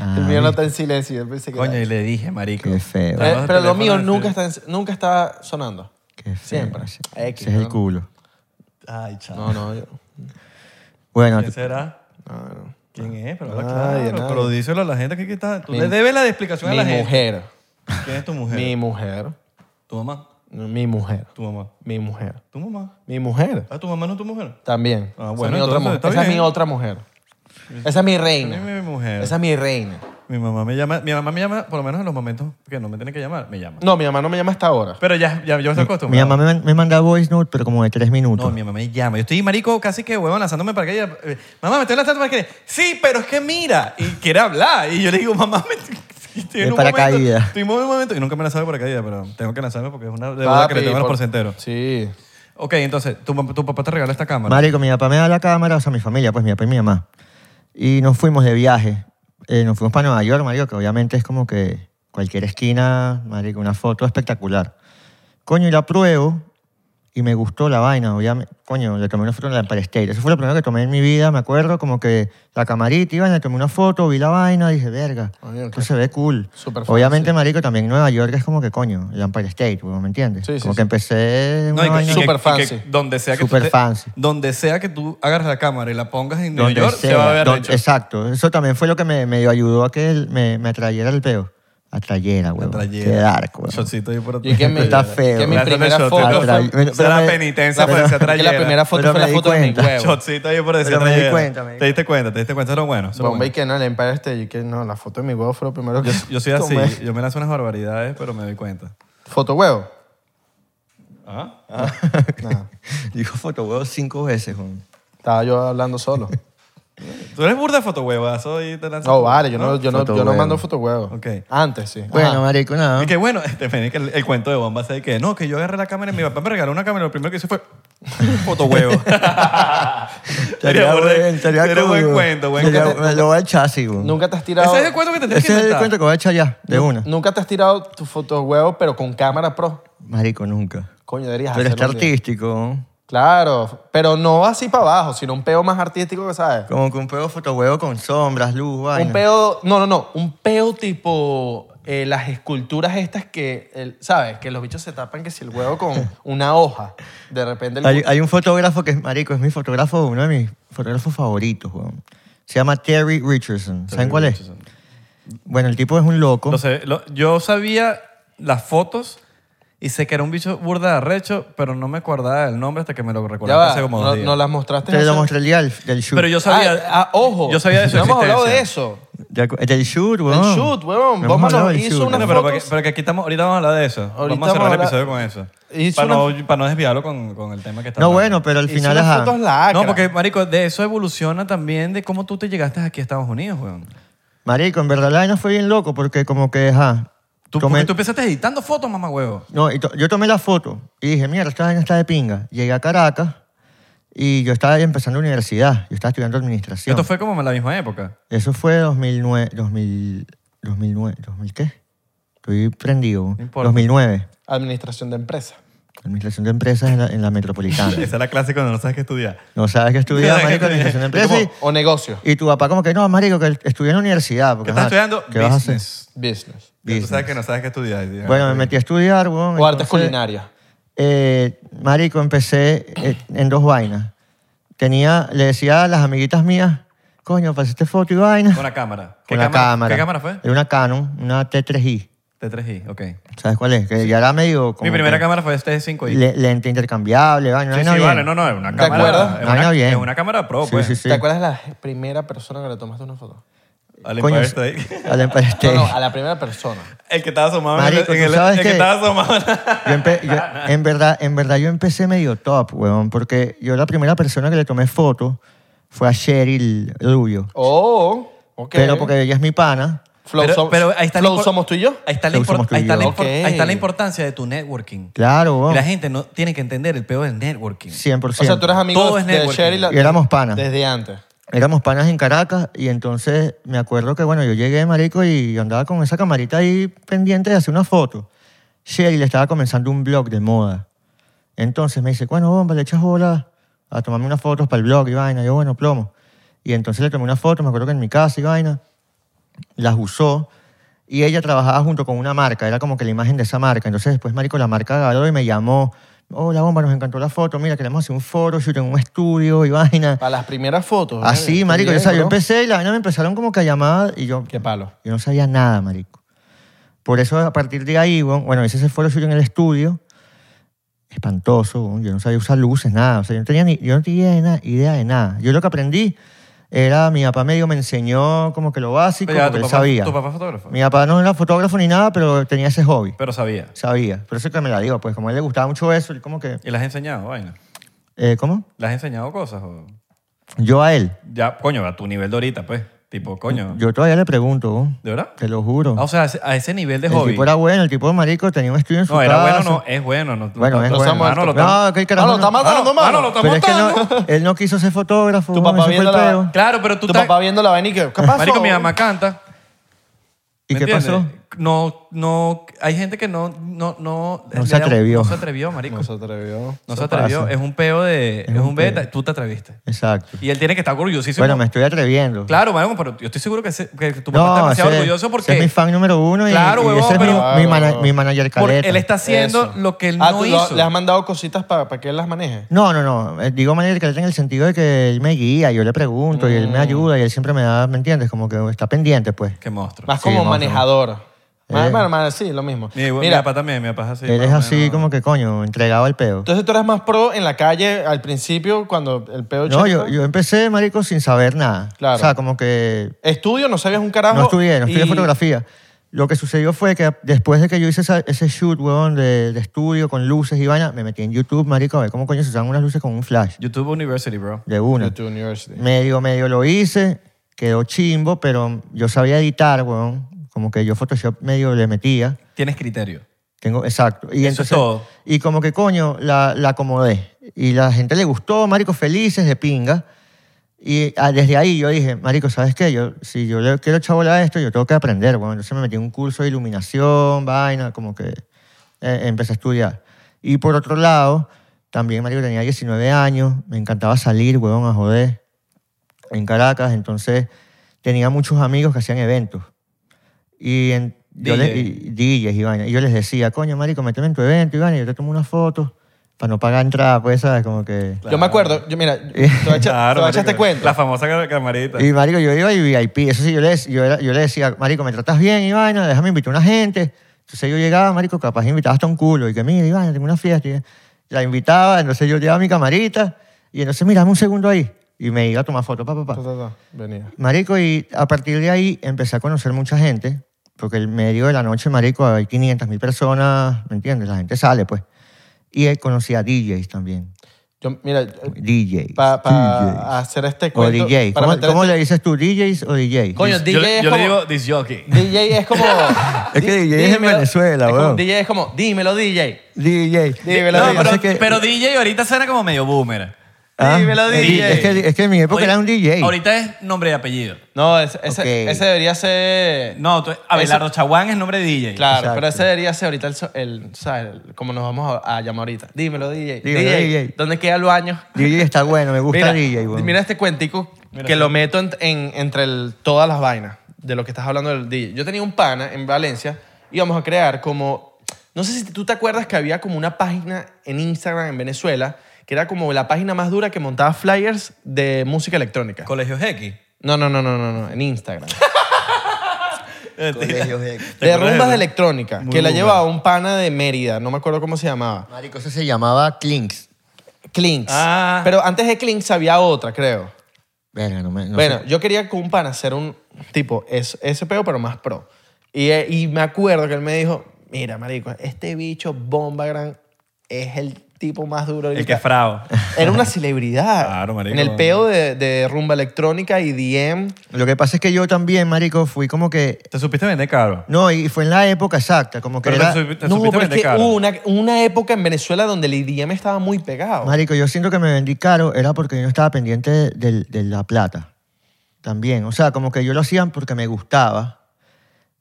A: Ah,
D: el mío no está en silencio. yo pensé que
B: Coño,
D: era-
B: y le dije, marico.
A: Qué feo.
D: Eh,
B: Trabajo de
D: pero lo
B: teléfono
D: mío
B: de
D: nunca
B: silencio.
D: está, en- nunca está sonando.
A: Qué feo.
D: Siempre.
A: Ese,
D: X,
A: ese es el
D: ¿no?
A: culo.
B: Ay, chaval.
D: No, no, yo.
A: Bueno,
B: ¿Quién será?
D: no, no.
B: ¿Quién es? Pero, habla
D: Nadie,
B: claro,
D: nadie.
B: pero díselo a la gente que, que está. Tú
D: Mi-
B: le debes la explicación
D: Mi
B: a la gente.
D: mujer.
B: ¿Quién es tu mujer?
D: Mi mujer.
B: ¿Tu mamá?
D: No, Mi mujer.
B: ¿Tu mamá?
D: Mi mujer.
B: ¿Tu mamá?
D: Mi mujer.
B: ¿Ah, tu mamá no es tu mujer?
D: También.
B: Ah, bueno,
D: esa es mi otra
B: entonces,
D: mujer.
B: está
D: Esa es
B: bien.
D: mi otra mujer. Esa es mi reina.
B: Esa es mi mujer.
D: Esa es mi reina.
B: Mi mamá me llama, mi mamá me llama, por lo menos en los momentos que no me tiene que llamar, me llama.
D: No, mi mamá no me llama hasta ahora.
B: Pero ya, ya yo estoy acostumbrado.
A: mi mamá me, man- me manda voice note, pero como de tres minutos.
B: No, mi mamá me llama. Yo estoy marico casi que huevón lanzándome para que ella. eh, Mamá, me estoy lanzando para que. Sí, pero es que mira. Y quiere hablar. Y yo le digo, mamá, me. Estoy
A: De
B: en un
A: paracaídas.
B: momento, estoy en un momento y nunca me he lanzado de paracaídas, pero tengo que lanzarme porque es una deuda que le
D: Papi,
B: tengo al
D: por-
B: porcentero.
D: Sí.
B: Ok, entonces, tu, mam- tu papá te regala esta cámara.
A: Marico, mi papá me da la cámara, o sea, mi familia, pues mi papá y mi mamá. Y nos fuimos de viaje. Eh, nos fuimos para Nueva York, marico, que obviamente es como que cualquier esquina, marico, una foto espectacular. Coño, y la pruebo y me gustó la vaina, obviamente. Coño, le tomé una foto en la Empire State. Eso fue lo primero que tomé en mi vida, me acuerdo, como que la camarita iba, le tomé una foto, vi la vaina, dije, verga,
B: Ah,
D: Coño,
A: esto
D: qué-
A: se ve cool.
D: Súper fancy.
A: obviamente, marico, también Nueva York es como que, coño, el Empire State, weón, ¿me entiendes?
D: Sí, sí,
A: como
D: sí.
A: que empecé...
B: No,
A: una
B: y que- y
A: vaina-
B: que-
D: Súper
B: y que
D: fancy.
B: Donde sea que tú
A: Súper
B: te-
A: fancy.
B: Donde sea que tú agarres la cámara y la pongas en Nueva
A: Donde
B: York, se
A: sea,
B: va a ver
A: donde-
B: hecho.
A: Exacto. Eso también fue lo que me, me ayudó a que él me, me atrayera el peo. Atrayera, güey. Qué dark, güey.
B: Shotcito ahí por
D: Y que me-
A: Está feo.
D: Que mi
B: Lánzate
D: primera
B: shot,
D: foto.
B: te
D: fue-
A: Atrae- Pero-
B: Será
A: pero me-
B: penitencia
A: pero-
B: por
A: porque
B: ser
D: Que la
B: trayera.
D: primera foto
A: Pero me
D: fue la
A: di
D: foto de mi
A: cuenta.
D: huevo.
B: Shotcito ahí por decir
A: Pero me di
B: trayera.
A: cuenta, me di
B: Te diste cuenta, te diste cuenta, era bueno. eso era
D: Bombay
B: bueno.
D: Kenan, el Empire State. y que no, la foto de mi huevo fue lo primero que
B: Yo soy así,
D: tomé.
B: yo me lanzo unas barbaridades, pero me doy cuenta.
D: ¿Foto huevo?
B: ¿Ah?
D: Nada.
A: Dijo fotohuevo cinco veces, güey.
B: Ah.
D: Estaba yo hablando solo.
B: Tú eres burda de fotohuevazo y te lanzas. Ah.
D: No, vale, yo no, yo no, yo no
A: Fotohuevo.
D: mando foto huevo.
B: Ok.
D: Antes, sí.
A: Bueno,
D: Ajá.
A: marico, nada.
B: Y que bueno, este, me di que el, el cuento de bomba de que no, que yo agarré la cámara y mi papá me regaló una cámara y lo primero que hice fue fotohuevo.
A: Sería
B: burda-
A: buen- sería
B: sería
A: cool,
B: buen
A: güey.
B: cuento, buen
A: Sería-
B: cuento.
A: me Lo voy a echar así, güey.
D: Nunca te has tirado.
B: Ese es el cuento que te tienes que
A: Ese es el
B: inventar.
A: cuento que voy a echar ya, de una.
D: Nunca te has tirado tu foto huevo, pero con cámara pro.
A: Marico, nunca.
D: Coño, deberías
A: Pero está
D: hacerlo un día.
A: artístico, ¿no?
D: Claro, pero no así para abajo, sino un peo más artístico que sabes.
A: Como que un peo fotohuevo con sombras, luz, vaina.
D: Un peo, no, no, no, un peo tipo eh, las esculturas estas que, el- ¿sabes? Que los bichos se tapan que si el huevo con una hoja, de repente el
A: Hay, hay un fotógrafo que es marico, es mi fotógrafo, uno de mis fotógrafos favoritos, weón. Se llama Terry Richardson. ¿Saben cuál es? Bueno, el tipo es un loco.
B: Lo sé, lo- yo sabía las fotos y sé que era un bicho burda de arrecho, pero no me acordaba del nombre hasta que me lo
D: Ya
B: recordaste
D: va,
B: hace como dos
D: no,
B: días.
D: no las mostraste.
A: Te lo
D: hace-
A: mostré el día del, del shoot.
B: Pero yo sabía.
D: Ah, ah, ojo,
B: Yo sabía de su
D: no hemos hablado de
B: existencia.
D: eso.
A: Ya cu- Del shoot, weón.
D: Del shoot, weón.
A: No hemos
D: Vamos,
A: hablado del
D: hizo
A: shoot.
D: una-
B: Bueno, pero,
D: fotos.
B: para que, para que aquí estamos, ahorita vamos a hablar de eso. vamos a
D: vamos
B: cerrar
D: a
B: el
D: hablar-
B: episodio con eso.
D: Hizo
B: Para, no, para no desviarlo con, con el tema que está
A: No,
B: hablando.
A: bueno, pero al
D: Hizo
A: final...
D: unas
A: ajá.
D: fotos lacras.
B: No, porque, marico, de eso evoluciona también de cómo tú te llegaste aquí a Estados Unidos, weón.
A: Marico, en verdad la vaina fue bien loco porque como que, ajá...
B: Tú,
A: tomé-
B: porque tú empezaste editando fotos, mamá huevo.
A: No, y to- yo tomé la foto y dije, mira, esta vaina está de pinga. Llegué a Caracas y yo estaba empezando la universidad. Yo estaba estudiando administración.
B: Esto fue como en la misma época.
A: Eso fue 2009, 2000, 2009, 2000 qué? Estoy prendido.
B: importa.
A: 2009,
D: Administración de empresa.
A: administración de empresas en la, en la metropolitana.
B: Esa es la clase cuando no sabes qué estudiar.
A: no sabes que estudiaba, marico, administración de
D: Es como-
A: empresas.
D: o negocio,
A: Y, y tu papá como que, no, marico, que estudié en la universidad. Porque,
B: Que estás
A: ajá,
B: estudiando
A: ¿Qué vas a hacer?
B: business.
D: business.
B: Ya Tú
A: Business.
B: sabes que no sabes qué estudiar. digamos.
A: Bueno, me metí a estudiar, weón.
D: O artes
A: entonces,
D: culinarias.
A: eh, marico, empecé eh, en dos vainas. Tenía, le decía a las amiguitas mías, coño, pasaste foto y vaina.
B: Con la cámara. ¿Qué
A: Con la cámara.
B: ¿Qué cámara fue?
A: Era una Canon, una T3i.
B: T3i, ok.
A: ¿Sabes cuál es? Que ya era medio como
B: Mi primera
A: que
B: cámara fue este 5 i
A: le- lente intercambiable, vaina,
B: sí,
A: vaina
B: sí,
A: bien.
B: vale, no, no, es una
D: ¿Te
B: cámara.
D: acuerdas?
B: Es
A: No, no,
B: una,
A: bien.
B: es una cámara pro,
A: Sí,
B: pues.
A: sí, sí.
D: ¿Te acuerdas de la primera persona que le tomaste una foto?
B: Al
A: Coño,
B: Empire State.
A: al Empire State.
D: No, no, a la primera persona.
B: El que estaba asomado. en el-
A: Marico,
B: en
A: ¿tú
B: el,
A: sabes
B: el que
A: qué?
B: estaba asomado. en-
A: Yo empe- yo- en, verdad, en verdad yo empecé medio top, weón, porque yo la primera persona que le tomé foto fue a Cheryl Rubio.
D: Oh, ok.
A: Pero porque ella es mi pana.
D: Flow,
B: Pero-
D: som-
B: pero ahí está la
D: Flow
B: impor-
D: somos tú y yo.
B: Ahí está, la
A: Lo usamos
B: impor-
A: tú y
B: ahí, está
A: yo.
B: la impor-
D: Ok.
B: ahí está la importancia de tu networking.
A: Claro,
B: Y la
A: weón.
B: gente no tiene que entender el peor del networking.
A: 100%.
D: O sea, tú eres amigo
B: Todo es
D: de
B: networking.
D: Sherry. la-
A: Y éramos panas.
D: Desde antes.
A: Éramos panas en Caracas y entonces me acuerdo que, bueno, yo llegué, marico, y andaba con esa camarita ahí pendiente de hacer una foto. Sherry le estaba comenzando un blog de moda. Entonces me dice, bueno, bomba, le echas bola a tomarme unas fotos para el blog y vaina. Yo, bueno, plomo. Y entonces le tomé una foto, me acuerdo que en mi casa y vaina, las usó y ella trabajaba junto con una marca, era como que la imagen de esa marca. Entonces después, marico, la marca agarró y me llamó, Hola, bomba, nos encantó la foto. Mira, queremos hacer un foro, shoot en un estudio y vaina.
D: Para las primeras fotos. ¿eh?
A: Así,
D: Qué
A: Ah, marico. yo, o
D: bien,
A: sea, yo
D: bro.
A: empecé y la vaina me empezaron como que a llamar y yo,
D: Qué palo.
A: yo no sabía nada, marico. Por eso, a partir de ahí, weón, bueno, hice ese foro shoot en el estudio. Espantoso, weón, yo no sabía usar luces, nada. O sea, yo no tenía ni yo no tenía idea de, na- idea de nada. Yo lo que aprendí era, mi papá medio me enseñó como que lo básico,
B: Pues Ya,
A: como
B: tu
A: que él
B: papá-
A: sabía.
B: tu papá es fotógrafo.
A: Mi papá no era fotógrafo ni nada, pero tenía ese hobby.
B: Pero sabía.
A: Sabía. Por eso es que me la digo, pues como a él le gustaba mucho eso, él como que...
B: ¿Y le has enseñado vaina?
A: eh, ¿Cómo?
B: ¿Le has enseñado cosas? o?
A: Yo a él.
B: Ya, coño, a tu nivel de ahorita, pues. Tipo, coño.
A: Yo todavía le pregunto, vos,
B: ¿De verdad?
A: te lo juro.
B: Ah, o sea, a ese- a ese nivel de
A: el
B: hobby.
A: tipo era bueno, el tipo de marico tenía un estudio en su
B: no, era
A: casa.
B: bueno, no. Es bueno. No,
A: Bueno, es bueno.
B: Mano, lo estamos-
A: no, que el carajo
D: Ah, lo
A: no-
D: está matando,
B: Mano,
D: mano.
B: lo está
A: Pero es que no-
B: matando.
A: él no quiso ser fotógrafo.
D: Tu
A: weón,
D: papá
A: ese fue el
D: viendo la-
A: peo.
B: Claro, pero tú
D: Tu
B: estás...
D: papá viendo la vaina y que, ¿qué pasó?
B: Marico, mi mamá canta.
A: ¿Y
B: ¿me
A: qué
B: entiendes?
A: pasó?
B: No, no... Hay gente que no... No, no,
A: No
B: le
A: se
B: da-
A: atrevió.
B: No se atrevió, marico.
D: No se atrevió.
B: No se atrevió. Es un peo de... Es, un
A: un peo.
B: beta. Tú te atreviste.
A: Exacto.
B: Y él tiene que estar orgullosísimo.
A: Bueno, me estoy atreviendo.
B: Claro, marico, pero yo estoy seguro que, ese- que tu papá está
A: No,
B: demasiado
A: ese-
B: orgulloso porque...
A: ese es mi fan número uno y,
B: Claro,
A: y
B: huevón,
A: ese es mi,
B: pero-
A: mi, mana- mi manager
B: porque
A: caleta.
B: él está haciendo
D: Eso.
B: lo que él
D: Ah,
B: no
D: tú lo-
B: hizo.
D: ¿Le has mandado cositas para, que él las maneje?
A: No, no, no. Eh, Digo manager caleta en el sentido de que él me guía, yo le pregunto y él
B: Mm.
A: me ayuda y él siempre me da, ¿me entiendes? Como que está pendiente, pues.
B: Qué monstruo.
D: Más
A: Sí,
D: como
A: más o menos.
D: manejador. Más,
A: Eh.
D: más- más- sí, lo mismo.
B: Mi, mi
D: Mira,
B: papá también, mi papá es así.
A: él
B: más
A: es
B: o
A: así
B: menos.
A: como que, coño, entregado al peo.
D: entonces tú eras más pro en la calle al principio cuando el pedo
A: No,
D: chico.
A: yo, yo empecé, marico, sin saber nada.
D: Claro.
A: O sea, como que
D: Estudio, no sabías un carajo.
A: no estudié, no estudié
D: y-
A: fotografía. Lo que sucedió fue que después de que yo hice esa- ese shoot, huevón, de, de estudio con luces y vaina, me metí en YouTube, marico, a ver cómo coño se usan unas luces con un flash.
B: YouTube University, bro.
A: De una.
D: YouTube University.
A: Medio, medio lo hice, quedó chimbo, pero yo sabía editar, huevón. Como que yo Photoshop medio le metía.
B: Tienes criterio.
A: Tengo, exacto. Y
B: Eso es
A: entonces,
B: todo.
A: Y como que coño, la, la acomodé. Y la gente le gustó, marico, felices de pinga. Y ah, desde ahí yo dije, marico, ¿sabes qué? Yo, si yo le quiero echar bola a esto, yo tengo que aprender. Bueno, entonces me metí en un curso de iluminación, vaina, como que eh, empecé a estudiar. Y por otro lado, también, marico, tenía 19 años, me encantaba salir, huevón, a joder, en Caracas. Entonces tenía muchos amigos que hacían eventos. Y en, yo
B: DJ.
A: le- y- DJs y vaina. Y yo les decía, coño, marico, méteme en tu evento, y vaina, y yo te tomo una foto para no pagar entrada, pues, ¿sabes? Como que...
D: Yo me acuerdo, yo, mira, te voy a echar, te voy a echar
B: marico.
D: este cuento.
B: La famosa ca- camarita.
A: Y marico, yo iba y VIP. Eso sí, yo le, yo, era- yo le decía, marico, me tratas bien, Ivana, déjame invitar a una gente. Entonces yo llegaba, marico, capaz invitaba hasta un culo. Y que, mira, Ivana, tengo una fiesta. Y la invitaba, entonces yo llevaba mi camarita. Y entonces, mira, dame un segundo ahí. Y me iba a tomar fotos, papá,
D: Ta,
A: papá.
D: ta, ta. Venía.
A: Marico, y a partir de ahí empecé a conocer mucha gente. Porque el medio de la noche, marico, hay 500 mil personas, ¿me entiendes? La gente sale, pues. Y eh, conocí a DJs también.
D: Yo, mira,
A: DJs.
D: para
A: DJs.
D: hacer este
A: O
D: cuento.
A: DJ.
D: para
A: ¿Cómo,
D: meter
A: cómo
D: este-
A: le dices tú, DJs o DJ?
C: Coño,
B: yo
C: DJ es
B: yo
C: como...
B: le digo disc jockey.
D: DJ es como.
A: Es que
D: Di-
A: DJ es en
D: dímelo.
A: Venezuela,
D: Es como-
A: weón.
D: DJ es como, dímelo, DJ.
A: DJ.
D: Dímelo,
B: No,
D: DJ.
B: pero,
A: Es que-
B: pero DJ ahorita suena como medio boomer.
A: Ah,
D: dímelo,
A: es-
D: DJ.
A: Es que, es que en mi época
B: Ahorita-
A: era un DJ.
B: Ahorita es nombre y apellido.
D: No, ese, ese,
A: Ok.
D: ese debería ser.
B: No, tú, Abelardo Chaguán es nombre de DJ.
D: Claro,
A: Exacto.
D: pero ese debería ser ahorita el, so- el, ¿sabes? El- como nos vamos a, a llamar ahorita. Dímelo, DJ.
A: Dímelo,
D: DJ,
A: DJ.
D: ¿dónde queda el baño?
A: DJ está bueno, me gusta
D: Mira,
A: DJ, weón.
D: mira este cuentico que lo meto en- en- entre el- todas las vainas de lo que estás hablando del DJ. Yo tenía un pana en Valencia y íbamos a crear como... No sé si tú te acuerdas que había como una página en Instagram en Venezuela que era como la página más dura que montaba flyers de música electrónica.
B: Colegio X.
A: Eh,
D: No, no, no, no, no, no en Instagram.
A: Colegio X.
D: De rumbas de electrónica, que la llevaba un pana de Mérida, no me acuerdo cómo se llamaba.
A: Marico, eso se llamaba Clinks.
D: Clinks.
B: Ah.
D: Pero antes de Clinks había otra, creo.
A: Verga, no me. no
D: bueno,
A: sé.
D: yo quería con un pan hacer un tipo es- ese peo, pero más pro. Y, eh, y me acuerdo que él me dijo, mira, marico, este bicho bomba gran es el tipo más duro.
B: El
D: ahorita".
B: que es frao.
D: Era una celebridad.
B: Claro, marico.
D: En el peo de, de rumba electrónica y DM.
A: Lo que pasa es que yo también, Marico, fui como que.
B: Te supiste vender caro.
A: No, y fue en la época exacta, como que
B: Pero
A: era.
B: te, supi- te
D: no,
B: supiste
D: pero es
B: vender
D: que
B: caro.
D: hubo una, una época en Venezuela donde el IDM estaba muy pegado.
A: Marico, yo siento que me vendí caro era porque yo no estaba pendiente de, de la plata. También. O sea, como que yo lo hacía porque me gustaba.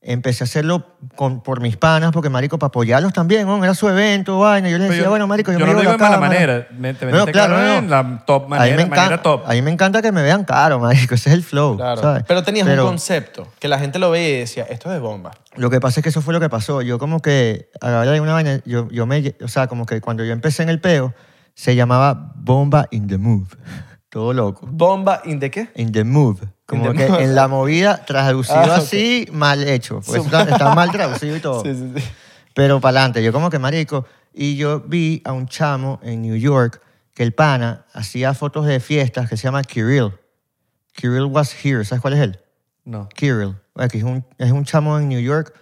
A: Empecé a hacerlo con, por mis panas, porque marico, para apoyarlos también, ¿no? era su evento, vaina. Yo les
B: Pero
A: decía, bueno, marico, yo,
B: yo
A: me
B: no lo
A: llevo
B: digo
A: la
B: en mala
A: cámara.
B: manera. Me- te
A: No,
B: metiste
A: claro,
B: claro
A: no,
B: en
A: no.
B: la top
A: A mí me
B: manera, manera
A: encanta-
B: top.
A: A mí me encanta que me vean caro, marico, ese es el flow,
D: Claro.
A: ¿sabes?
D: Pero tenías un concepto que la gente lo veía y decía, esto es de bomba.
A: Lo que pasa es que eso fue lo que pasó. Yo como que, a la hora de una vaina, yo, yo me, o sea, como que cuando yo empecé en el peo, se llamaba Bomba in the Move. Todo loco.
D: ¿Bomba in the qué?
A: In the Move. Como
D: the
A: que
D: move.
A: en la movida, traducido
D: Ah, ok.
A: así, mal hecho. Pues
D: Sup-
A: está, está mal traducido y todo.
D: Sí, sí, sí.
A: Pero para adelante, yo como que marico. Y yo vi a un chamo en New York que el pana hacía fotos de fiestas que se llama Kirill. Kirill was here. ¿Sabes cuál es él?
B: No.
A: Kirill, eh, que es un, es un chamo en New York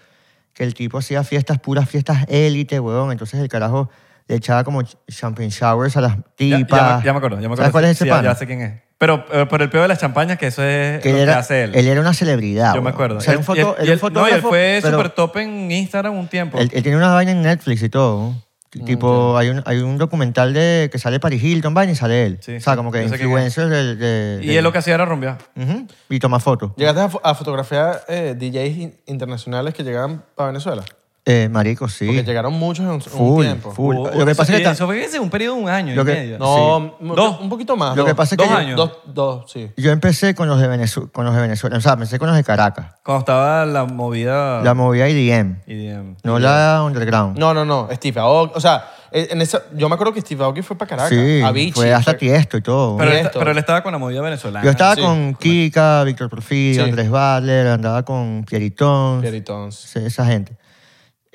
A: que el tipo hacía fiestas, puras fiestas élite, huevón. Entonces el carajo le echaba como ch- champagne showers a las
B: Ya,
A: tipas.
B: ya me- ya me acuerdo, ya me acuerdo.
A: ¿Sabes cuál es ese
B: Sí, ya-
A: pana?
B: Ya sé quién es. Pero eh, por el peor de las champañas, que eso es
A: que
B: lo
A: él
B: que
A: era,
B: hace él.
A: él era una celebridad.
B: yo me
A: huevón.
B: acuerdo.
A: Ah, O sea,
B: Él-
A: era un
B: y él-
A: foto-
B: y
A: era un
B: él- No, y él
A: fotógrafo,
B: fue
A: pero
B: super top en Instagram un tiempo.
A: Él, él tiene una vaina en Netflix y todo. ¿no? T-
B: Mm,
A: Tipo, hay un, hay un documental de que sale Paris Hilton, vaina, y sale él.
B: Sí,
A: o sea,
B: sí,
A: como que
B: yo sé quién es.
A: influencer del- de,
B: y él lo que hacía era rumbear.
A: Ujú, y toma fotos.
D: ¿Llegaste a, fo- a fotografiar eh, DJs in- internacionales que llegaban para Venezuela?
A: Eh, marico, sí.
D: Porque llegaron muchos en un, un
A: Full,
D: tiempo.
A: full.
B: O-
A: Lo que
B: eso-
A: pasa es que ta-
B: Eso fue ese un periodo de un año
A: Lo
B: y
A: que-
B: medio.
D: No,
A: Sí.
D: m-
B: Dos.
D: un poquito más.
A: Lo
D: dos.
A: que pasa es que
D: Dos
A: yo-
D: años. Dos, dos, sí.
A: Yo empecé con los de Venezuela, con los de Venezuela, o sea, empecé con los de Caracas.
B: Cuando estaba la movida...
D: Ah.
A: La movida IDM,
B: IDM.
A: no la underground.
D: No, no, no. Steve Aoki. O sea, eh, en esa, yo me acuerdo que Steve Aoki fue para Caracas.
A: sí,
D: Avicii,
A: fue hasta
D: fue-
A: Tiesto y todo.
B: Pero,
D: Y
B: él, esta-
D: esto.
B: pero él estaba con la movida venezolana.
A: yo estaba
D: sí,
A: con Kika, Víctor Porfirio,
D: Sí.
A: Andrés Butler, andaba con Pieritón,
D: Pieritón.
A: esa gente.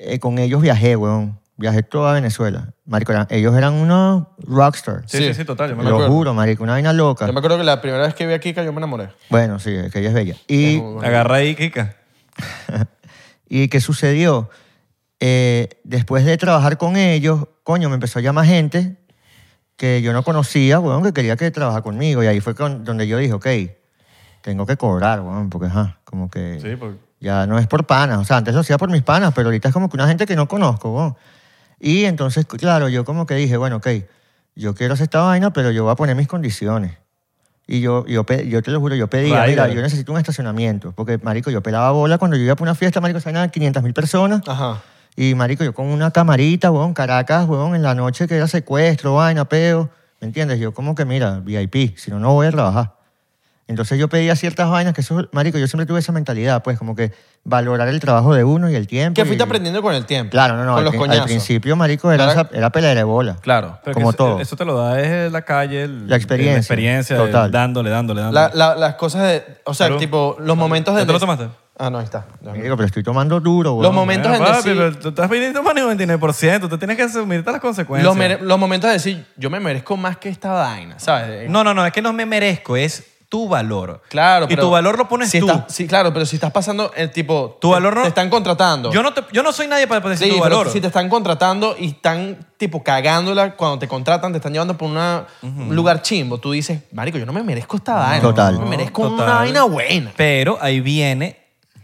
A: Eh, con ellos viajé, weón. Viajé toda Venezuela. Marico, eran- ellos eran unos rockstars.
B: Sí, sí, sí, total. Yo me
A: Lo
B: acuerdo.
D: acuerdo.
A: juro, marico, una vaina loca.
D: Yo me acuerdo que la primera vez que vi a Kika yo me enamoré.
A: Bueno, sí, es que ella es bella. Y
B: Agarra ahí, Kika.
A: ¿Y qué sucedió? Eh, después de trabajar con ellos, coño, me empezó a llamar gente que yo no conocía, weón, que quería que trabajara conmigo. Y ahí fue con- donde yo dije, ok, tengo que cobrar, weón, porque ajá, como que
B: Sí,
D: pues,
B: porque...
A: ya no es por panas. O sea, antes lo hacía por mis panas, pero ahorita es como que una gente que no conozco, weón. Y entonces, claro, yo como que dije, bueno, ok, yo quiero hacer esta vaina, pero yo voy a poner mis condiciones. Y yo, yo, pe- yo te lo juro, yo pedía,
B: Right,
A: mira,
B: right.
A: yo necesito un estacionamiento. Porque, marico, yo pelaba bola cuando yo iba para una fiesta, marico, salían 500 mil personas.
D: Ajá.
A: Y, marico, yo con una camarita, weón, Caracas, weón, en la noche que era secuestro, vaina, peo. ¿Me entiendes? Yo como que, mira, VIP, si no, no voy a trabajar. Entonces yo pedía ciertas vainas que eso, marico, yo siempre tuve esa mentalidad, pues, como que valorar el trabajo de uno y el tiempo.
D: Que
A: y-
D: fuiste aprendiendo con el tiempo.
A: Claro, no, no.
D: Con
A: al,
D: los
A: prin- al
D: coñazos.
A: principio, marico, era,
D: Claro.
A: esa- era pelea de bola.
D: Claro.
B: Pero que
A: como
B: eso,
A: todo.
B: Eso te lo da es la calle, el-
A: La experiencia.
B: La experiencia, el
A: Total.
B: dándole, dándole, dándole.
D: La- la- las cosas de... O sea,
B: Salud.
D: tipo, los momentos de...
B: ¿Ya te lo tomaste?
D: Ah, no, ahí está. Ya.
A: Marico, pero estoy tomando duro, weón.
D: Los momentos
B: Mira,
D: en
B: papi,
D: decir-
B: pero tú estás pidiendo más de 99%. Tú tienes que asumirte las consecuencias.
D: Los, mere- los momentos de decir, yo me merezco más que esta vaina, ¿sabes?
B: No, no, no. Es que no me merezco. Es tu valor.
D: Claro,
B: Y
D: pero
B: tu valor lo pones
D: si
B: tú.
D: estás- sí, claro, pero si estás pasando el tipo...
B: Tu
D: te-
B: valor no-
D: Te están contratando.
B: Yo no, te- yo no soy nadie para, para decir
D: Sí,
B: tu
D: pero
B: valor.
D: si te están contratando y están tipo cagándola cuando te contratan, te están llevando por una- un lugar chimbo, tú dices, marico, yo no me merezco esta vaina.
A: Total.
D: Yo me merezco
B: Total.
D: una vaina buena.
B: Pero ahí viene.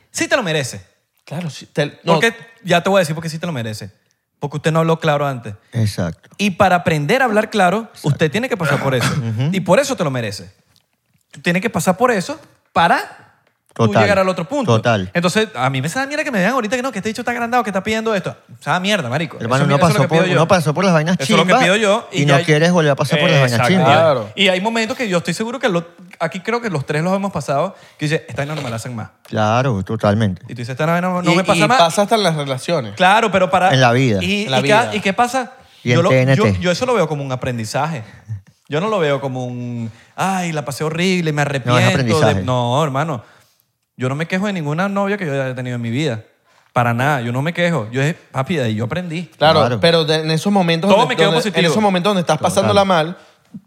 B: Sí te lo mereces.
D: Claro, sí, te- no,
B: Porque ya te voy a decir porque sí te lo mereces. Porque usted no habló claro antes.
A: Exacto.
B: Y para aprender a hablar claro, usted tiene que pasar por eso. Y por eso te lo mereces. Tú tienes que pasar por eso para tú
A: Total.
B: llegar al otro punto.
A: Total.
B: Entonces, a mí me sabe mierda que me vean ahorita que no, que este dicho está agrandado, que está pidiendo esto. Sabe mierda, marico.
A: Hermano, uno,
B: Eso- eso es lo
A: pasó
B: que pido
A: por,
B: yo.
A: uno pasó por las vainas
B: Eso es lo que
A: chimbas
B: pido yo.
A: y,
B: ya-
A: no quieres volver a pasar por las vainas
B: Exacto.
A: chimbas.
D: Claro.
B: Y hay momentos que yo estoy seguro que lo- aquí creo que los tres los hemos pasado, que dice, esta vaina no me la hacen más.
A: Claro, totalmente.
B: Y tú dices, esta vaina no, no
D: y-
B: me pasa
D: y
B: más.
D: pasa hasta en las relaciones.
B: Claro, pero para...
A: En la vida.
B: ¿Y,
D: En la
B: y ca-
D: vida.
B: ¿y qué pasa?
A: Y en
B: yo, lo-
A: TNT.
B: yo- yo eso lo veo como un aprendizaje. Yo no lo veo como un, ay, la pasé horrible, me arrepiento. de-".
A: aprendizaje.
B: No, hermano. Yo no me quejo de ninguna novia que yo haya tenido en mi vida. Para nada. Yo no me quejo. Yo dije, papi, de ahí yo aprendí.
D: Claro,
A: Claro.
D: pero de- en esos momentos
B: Todo
D: donde,
B: me quedó
D: donde-
B: positivo.
D: en esos momentos donde estás pasándola mal,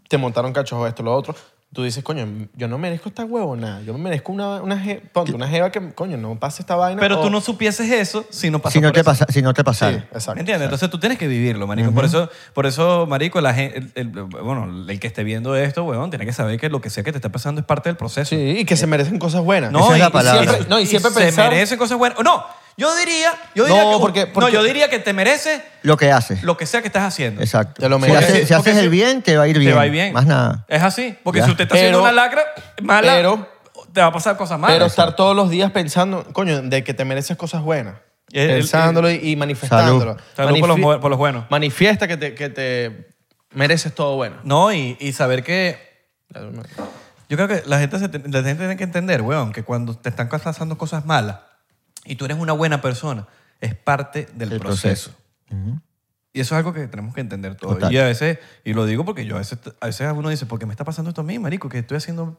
D: te montaron cachos esto, lo otro. Tú dices, coño, yo no merezco esta huevona. Yo me merezco una, una, je- ponte, una jeva que, coño, no pase esta vaina.
B: Pero
D: o-
B: tú no supieses eso si no pasas
A: Si no,
B: por
A: te
B: eso.
A: pasa, si no te
D: Sí,
A: pasara.
D: exacto.
B: ¿Entiendes? Entonces tú tienes que vivirlo, marico. Por eso, por eso, marico, la gente, el, el- bueno, el que esté viendo esto, weón, tiene que saber que lo que sea que te está pasando es parte del proceso.
D: Sí, y
B: Eh,
D: que se merecen cosas buenas.
A: Esa es la palabra.
D: siempre- no, y siempre
B: se
D: pensar-
B: merecen cosas buenas. O No, yo diría, yo diría
D: No,
B: que,
D: porque- porque-
B: no, yo diría que te mereces
A: Lo que haces.
B: lo que sea que estás haciendo.
A: Exacto.
D: Te lo
A: si
D: mereces.
A: haces,
B: Porque
A: si
B: si-
A: haces
B: porque
A: el
B: si-
A: bien, te va a ir bien.
B: Te va a ir bien.
A: Más nada.
B: Es así, porque
A: Ya.
B: si usted está
D: Pero-
B: haciendo una lacra mala,
D: pero-
B: te va a pasar cosas malas.
D: Pero estar todos los días pensando, coño, de que te mereces cosas buenas.
B: Y el- el-
D: pensándolo y- y manifestándolo.
B: Salud por los
D: Manifi-
B: bu- por los buenos.
D: Manifiesta que te, que te mereces todo bueno.
B: No, y, y saber que. Yo creo que la gente, se te- la gente tiene que entender, weón, que cuando te están pasando cosas malas y tú eres una buena persona, es parte del
A: El
B: proceso.
A: proceso.
B: Y eso es algo que tenemos que entender todos.
A: Total.
B: Y a veces, y lo digo porque yo a veces, a veces uno dice, ¿por qué me está pasando esto a mí, marico? ¿Qué estoy haciendo?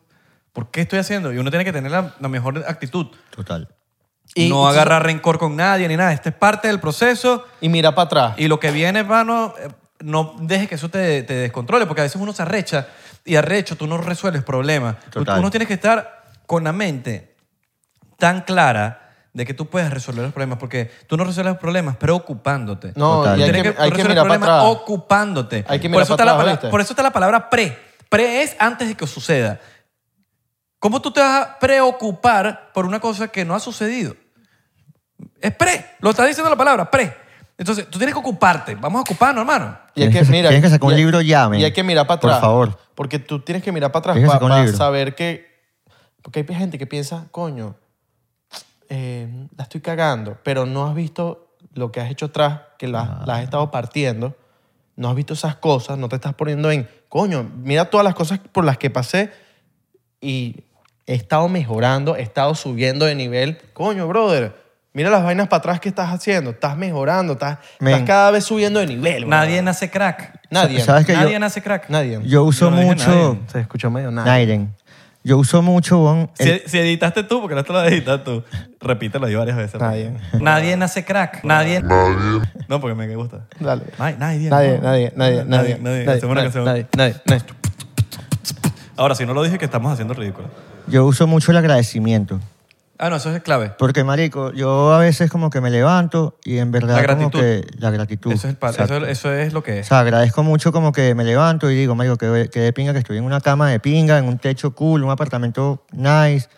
B: ¿Por qué estoy haciendo? Y uno tiene que tener la, la mejor actitud.
A: Total.
D: Y-
B: no agarrar rencor con nadie ni nada. Esta es parte del proceso.
D: Y mira para atrás.
B: Y lo que viene, hermano, eh, no dejes que eso te, te descontrole, porque a veces uno se arrecha y arrecho tú no resuelves problemas. Tú-
A: Total.
B: Uno tiene que estar con la mente tan clara de que tú puedes resolver los problemas, porque tú no resuelves los problemas preocupándote.
D: no,
A: Total.
D: y hay
B: Tienes
D: que,
B: que,
D: hay que
B: resolver
D: mirar para
B: problemas
D: atrás.
B: ocupándote.
D: Hay que
B: por,
D: mirar
B: eso está
D: para
B: la
D: atrás,
B: palabra-
D: ¿viste?
B: por eso está la palabra pre. Pre es antes de que suceda. ¿Cómo tú te vas a preocupar por una cosa que no ha sucedido? Es pre. Lo está diciendo la palabra, pre. Entonces, tú tienes que ocuparte. Vamos a ocuparnos, hermano.
D: Y hay
A: Tienes
D: que,
A: que-
D: mira,
A: tienes que sacar un
D: y hay-
A: libro ya, men.
D: Y hay que mirar para
A: Por
D: atrás.
A: favor.
D: Porque tú tienes que mirar para atrás
A: Tienes que
D: para,
A: sacar un libro.
D: saber que... Porque hay gente que piensa, coño, eh, la estoy cagando, pero no has visto lo que has hecho atrás, que la,
A: Ah.
D: la has estado partiendo, no has visto esas cosas, no te estás poniendo en, coño, mira todas las cosas por las que pasé y he estado mejorando, he estado subiendo de nivel. Coño, brother, mira las vainas para atrás que estás haciendo, estás mejorando, estás,
A: Men.
D: estás cada vez subiendo de nivel. bro.
B: Nadie nace crack.
D: Nadie.
A: ¿Sabes que
B: Nadie
A: yo,
B: nace crack.
D: Nadie.
A: yo uso
B: Yo no dije
A: mucho...
B: nadie.
D: Se escuchó medio nada.
A: Naiden. Yo uso mucho, bon, el-
B: Si, si editaste tú, porque no te lo editas tú, repítelo ahí varias veces. pues.
D: Nadie.
B: Nadie nace crack. Nadie. No, porque me gusta.
D: Dale.
B: Ay, nadie.
D: Nadie,
B: no.
D: nadie, nadie,
B: Nadie.
D: nadie. nadie,
B: Hacemos una
D: nadie,
B: canción.
D: nadie, nadie, nadie.
B: Ahora, si no lo dije, que estamos haciendo ridículo.
A: yo uso mucho el agradecimiento.
B: Ah, no, eso es clave.
A: Porque, marico, yo a veces como que me levanto y en verdad
B: La
A: como
B: gratitud.
A: que la gratitud.
B: Eso es, el par-
A: Exacto.
B: eso, eso es lo que
A: O
B: es.
A: sea, agradezco mucho como que me levanto y digo, marico, que, que de pinga que estoy en una cama de pinga, en un techo cool, un apartamento nice.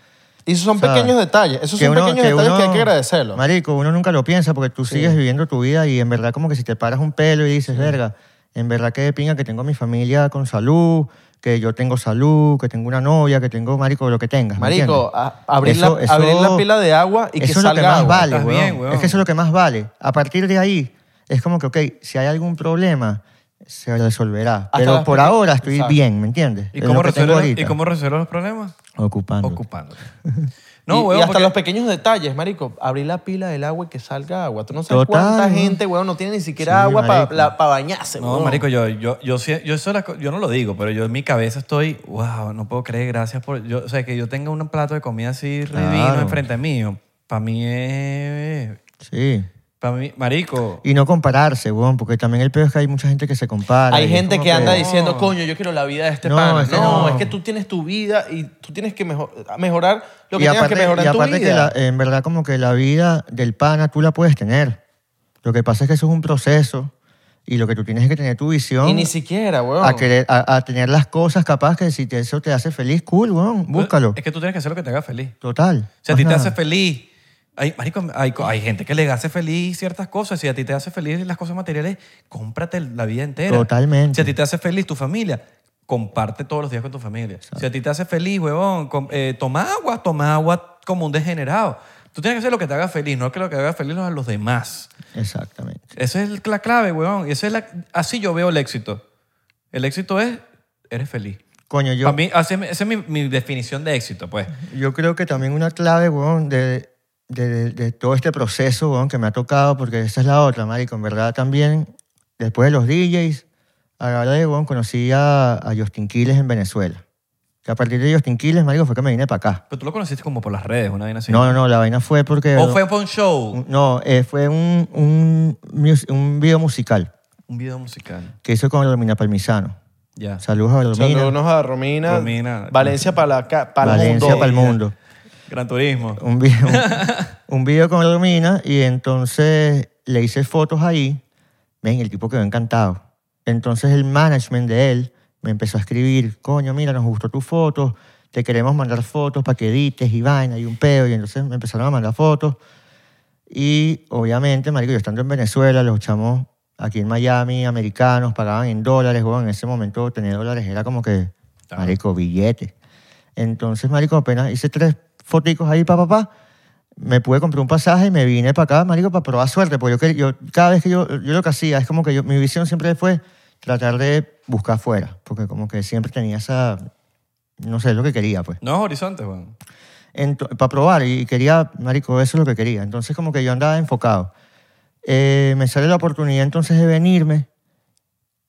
D: Y esos son
A: O sea,
D: pequeños detalles. Esos
A: que
D: son
A: uno-
D: pequeños detalles que hay que
A: uno-
D: agradecerlos.
A: Marico, uno nunca lo piensa porque tú sigues viviendo tu vida y en verdad como que si te paras un pelo y dices, verga, en verdad que de pinga que tengo a mi familia con salud, que yo tengo salud, que tengo una novia, que tengo, marico, lo que tengas. ¿me
D: Marico,
A: entiendes?
D: a- abrir,
A: Eso-
D: la, abrir
A: eso-
D: la pila de agua y que
A: eso es
D: salga
A: lo que más
D: agua.
A: vale,
B: Estás
A: weón.
B: bien, weón.
A: Es que eso es lo que más vale. A partir de ahí, es como que, ok, si hay algún problema, se resolverá.
D: Hasta
A: Pero
D: las
A: por
D: peque-
A: ahora estoy
D: Exacto.
A: bien, ¿me entiendes?
B: ¿Y
A: Es lo
B: cómo,
A: que tengo
B: resuelves,
A: ahorita. Ah,
B: ¿Y cómo resuelves los problemas?
A: Ocupando.
B: Ocupándote.
D: Y-
B: No,
D: y,
B: weón,
D: hasta
B: porque-
D: los pequeños detalles, marico. Abrir la pila del agua y que salga agua. Tú no sabes
A: Total,
D: cuánta
A: weón.
D: gente, weón, no tiene ni siquiera
A: Sí,
D: agua para
A: marico.
D: bañarse,
B: No,
D: weón.
B: marico, yo, yo, yo, sí- yo, eso la co- yo no lo digo, pero yo en mi cabeza estoy, wow, no puedo creer, gracias por... Yo, o sea, que yo tenga un plato de comida así
A: Claro.
B: divino enfrente mío, para mí es...
A: Sí.
B: Para mí, marico...
A: Y no compararse, weón, porque también el peor es que hay mucha gente que se compara.
D: Hay
A: y es
D: gente
A: como
D: que anda
B: que-
D: diciendo, coño, yo quiero la vida de este
A: No,
D: pana.
A: es que
D: no,
A: no.
D: es que tú tienes tu vida y tú tienes que mejor- mejorar lo que
A: y
D: tengas
A: aparte,
D: que mejorar
A: y
D: en tu
A: aparte que
D: vida.
A: la- en verdad como que la vida del pana tú la puedes tener. Lo que pasa es que eso es un proceso y lo que tú tienes es que tener tu visión.
D: Y ni siquiera, weón.
A: a, querer, a, a tener las cosas capaz que si te- eso te hace feliz, cool, weón, búscalo.
B: Es que tú tienes que hacer lo que te haga feliz.
A: Total.
B: O sea, a ti
A: más nada.
B: te hace feliz. Hay, marico, hay, co- hay gente que le hace feliz ciertas cosas. Si a ti te hace feliz las cosas materiales, cómprate la vida entera.
A: Totalmente.
B: Si a ti te hace feliz tu familia, comparte todos los días con tu familia. Si a ti te hace feliz, huevón, com- eh, toma agua, toma agua como un degenerado. Tú tienes que hacer lo que te haga feliz, no que lo que haga feliz a los demás.
A: Exactamente.
B: Esa es la clave, huevón. Y esa es la, así yo veo el éxito. El éxito es, eres feliz.
A: Coño, yo,
B: Para mí, así- esa es mi, mi definición de éxito, pues.
A: yo creo que también una clave, weón, de, de- de- de todo este proceso, weón, que me ha tocado, porque esa es la otra, marico. En verdad también, después de los DJs, agradé, weón, conocí a, a Justin Quiles en Venezuela. Que a partir de Justin Quiles, marico, fue que me vine para acá.
B: Pero tú lo conociste como por las redes, una vaina así.
A: No, no, no, la vaina fue porque...
B: O fue por un show.
A: No, eh, fue un, un, mus- un video musical
B: Un video musical.
A: que hizo con Romina Palmisano.
B: Ya.
A: Saludos a Romina.
D: Saludos a Romina.
B: Romina.
D: Valencia para el mundo.
A: Valencia para el mundo.
B: Gran Turismo.
A: Un video, un, video con Romina y entonces le hice fotos ahí. Ven, el tipo quedó encantado. Entonces el management de él me empezó a escribir, coño, mira, nos gustó tus fotos, te queremos mandar fotos para que edites y vaina y un peo. Y entonces me empezaron a mandar fotos. Y obviamente, marico, yo estando en Venezuela, los chamos aquí en Miami, americanos, pagaban en dólares, weón. En ese momento tener dólares era como que,
B: Claro.
A: marico, billete. Entonces, marico, apenas hice tres foticos ahí, pa, pa, pa. Me pude comprar un pasaje y me vine para acá, marico, para probar suerte. Porque yo, quer- yo cada vez que yo, yo lo que hacía, es como que yo, mi visión siempre fue tratar de buscar afuera. Porque como que siempre tenía esa, no sé, lo que quería, pues
B: No es horizonte, weón.
A: para probar y quería, marico, eso es lo que quería. Entonces como que yo andaba enfocado. Eh, me sale la oportunidad entonces de venirme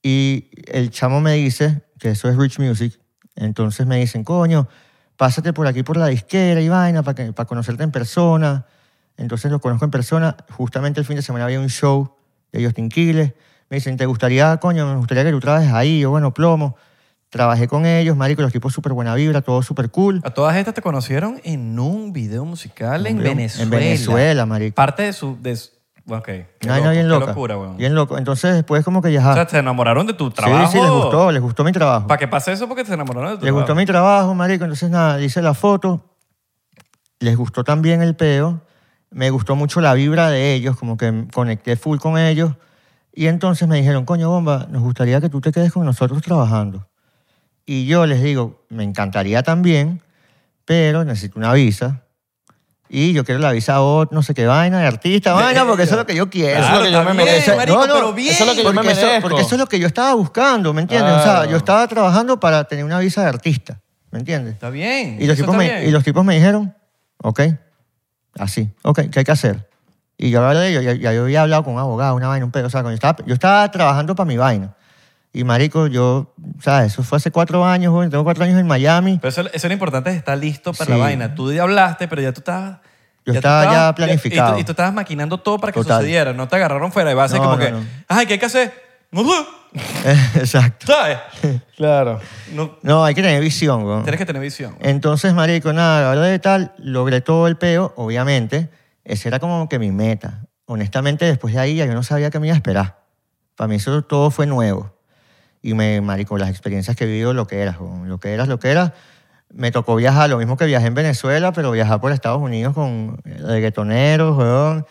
A: y el chamo me dice, que eso es Rich Music, entonces me dicen, coño, pásate por aquí por la disquera y vaina para que- para conocerte en persona. Entonces lo conozco en persona. Justamente el fin de semana había un show de Justin Quiles. Me dicen, ¿te gustaría, coño, me gustaría que tú trabajes ahí? Yo, bueno, plomo. Trabajé con ellos, marico, los tipos súper buena vibra, todo súper cool.
B: A todas estas te conocieron en un video musical en
A: Hombre,
B: Venezuela.
A: En Venezuela, marico.
B: Parte de su... De su- ok. Qué
A: Una vaina
B: loco,
A: Ah, bien
B: qué
A: loca.
B: locura, weón.
A: Bien loco. Entonces después como que ya...
B: O sea, se enamoraron de tu trabajo.
A: sí, sí, les gustó, les gustó mi trabajo.
B: Para que pase eso porque se enamoraron de tu
A: les
B: trabajo.
A: gustó mi trabajo, marico. Entonces nada, hice la foto. Les gustó también el peo. Me gustó mucho la vibra de ellos, como que conecté full con ellos. Y entonces me dijeron, coño, bomba, nos gustaría que tú te quedes con nosotros trabajando. Y yo les digo, me encantaría también, pero necesito una visa. Y yo quiero la visa o no sé qué vaina, de artista, vaina, porque eso es lo que yo quiero.
B: Claro,
D: Eso es lo que yo me
B: está bien,
A: merezco.
B: Eh, marico,
A: No, no,
B: pero bien.
D: eso es lo que yo me
A: porque, eso,
D: merezco.
A: porque eso es lo que yo estaba buscando, ¿me entiendes? O sea,
D: Claro.
A: yo estaba trabajando para tener una visa de artista, ¿me entiendes?
B: Está bien.
A: Y los,
B: eso
A: tipos
B: está
A: me,
B: bien.
A: y los tipos me dijeron, ok, así, ok, ¿qué hay que hacer? Y yo hablaba de ellos, ya, ya yo había hablado con un abogado, una vaina, un pedo, o sea, cuando yo estaba, yo estaba trabajando para mi vaina. Y marico, yo, o sea, eso fue hace cuatro años, joven, tengo cuatro años en Miami,
B: Pero eso, eso lo importante es estar listo para la
A: Sí.
B: vaina. Tú ya hablaste, pero ya tú estabas...
A: Yo
B: tú
A: estaba ya
B: estabas-
A: planificado.
B: Y tú, y tú estabas maquinando todo para que
A: Total.
B: sucediera. No te agarraron fuera de base
A: No,
B: como
A: no,
B: que...
A: no.
B: Ay, ¿qué hay que hacer? No, no,
A: exacto.
B: ¿Sabes?
D: Claro.
B: No,
A: No, hay que tener visión, weón.
B: tienes que tener visión.
A: Entonces, marico, nada, la verdad de tal, logré todo el peo, obviamente. Esa era como que mi meta. Honestamente, después de ahí ya yo no sabía qué me iba a esperar. Para mí eso todo fue nuevo. Y me, marico, las experiencias que he vivido, lo que eras, lo que eras, lo que eras. Me tocó viajar, lo mismo que viajé en Venezuela, pero viajar por Estados Unidos con reggaetoneros, weón,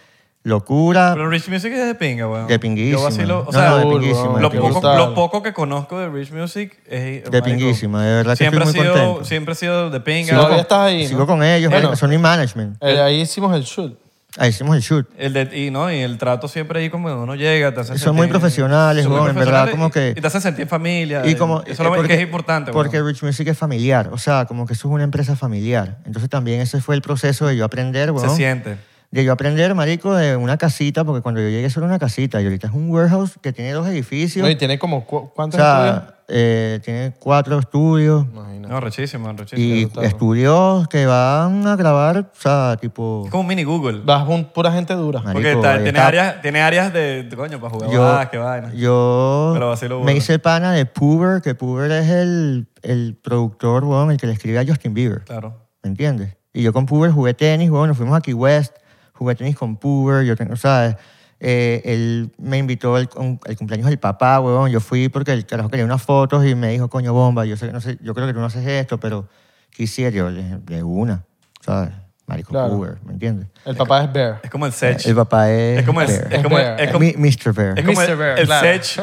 A: locura,
B: Pero Rich Music es de pinga, weón.
A: de pinguísimo.
B: Yo vacilo, o
A: No,
B: sea,
A: no, de
D: full,
A: pinguísimo,
D: weón,
A: de
B: lo,
D: qué
A: pinguísimo.
B: poco,
D: brutal.
B: lo poco que conozco de Rich Music es...
A: De
B: marico,
A: pinguísima, de verdad que
B: Siempre
A: estoy muy
B: ha sido,
A: contento.
B: Siempre ha sido de pinga.
D: Todavía estás ahí, ¿no?
A: Sigo con ellos,
D: Bueno.
A: marico, son mi management.
D: Eh, ahí hicimos el shoot.
A: Ahí hicimos el shoot.
B: El de, y, ¿no? y el trato siempre ahí como cuando uno llega. Te hacen
A: Son muy
B: sentir-
A: profesionales,
B: son muy
A: weón, en verdad,
B: profesionales
A: como
B: y-
A: que-
B: Y te hacen sentir familia. eh,
A: Y como, eh,
B: eso es lo que es importante. weón.
A: Porque Rich Music es familiar, o sea, como que eso es una empresa familiar. Entonces también ese fue el proceso de yo aprender,
B: se
A: weón.
B: siente.
A: De yo aprender, marico, de una casita, porque cuando yo llegué solo era una casita y ahorita es un warehouse que tiene dos edificios.
D: No, y tiene como... cu-
A: o
D: ¿Cuántos estudios?
A: sea, eh, tiene cuatro estudios
D: Imagínate.
B: No, rechísimo, rechísimo.
A: y
D: brutal.
A: estudios que van a grabar, o sea, tipo...
B: Es como un mini Google.
D: Vas un, pura gente dura.
A: Marico,
B: porque está-
A: ahí
B: tiene,
A: está.
B: Áreas, tiene áreas de, de coño, para jugar.
A: Yo,
B: ah, qué vaina.
A: yo
B: Pero así lo
A: me
B: borra.
A: hice pana de Puber, que Puber es el, el productor, weón, el que le escribe a Justin Bieber.
B: Claro.
A: ¿Me entiendes? Y yo con Puber jugué tenis, bueno, nos fuimos a Key West, jugué tenis con Puber, yo tengo, ¿sabes? Eh, él me invitó al cum- al cumpleaños del papá, weón. Yo fui porque el carajo quería unas fotos y me dijo, coño, bomba, yo, sé, que no sé, yo creo que tú no haces esto, pero quisiera yo le- de una, ¿sabes? Marico
D: Claro.
A: Puber, ¿me entiendes?
D: El papá es Bear.
B: Es como el Sech.
A: El papá es.
B: es como el
A: Bear. Eh,
B: es como el-
D: Bear.
B: es como-
A: Mi- Mr. Bear.
B: es como el-
D: Mr. Bear,
B: el
D: claro.
B: Sech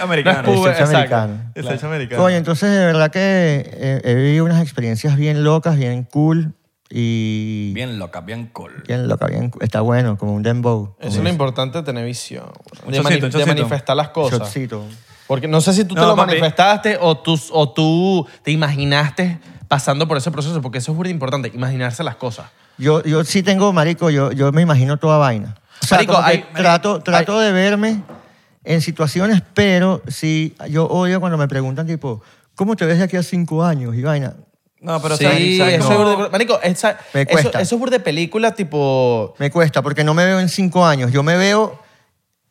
B: americano.
D: No es Puber,
A: El sexo
D: exacto.
A: Este americano.
B: El Sech americano.
A: Coño, entonces de verdad que eh, he vivido unas experiencias bien locas, bien cool y.
B: Bien loca, bien cool.
A: Bien loca, bien cool. Está bueno, como un dembow.
D: Eso es lo importante de tener visión.
B: Un
D: De,
B: chocito,
D: mani-
B: un
D: de
B: chocito.
D: manifestar las
A: Un
D: cosas.
A: shotcito.
D: Porque no sé si tú te
B: No,
D: lo
B: papi.
D: manifestaste o tú, o tú te imaginaste pasando por ese proceso, porque eso es muy importante, imaginarse las cosas.
A: Yo, yo sí tengo, marico, yo, yo me imagino toda vaina. O sea,
D: Marico,
A: como que
D: hay- marico,
A: trato, trato de verme en situaciones, pero sí, yo odio cuando me preguntan, tipo, ¿cómo te ves de aquí a cinco años? Y vaina.
B: No, pero
D: sí,
B: ¿sabes- sabes
D: eso
B: cómo?
D: es burde- Marico, esa-
A: Me
D: eso,
A: cuesta.
D: eso es burde película tipo...
A: Me cuesta, porque no me veo en cinco años. Yo me veo,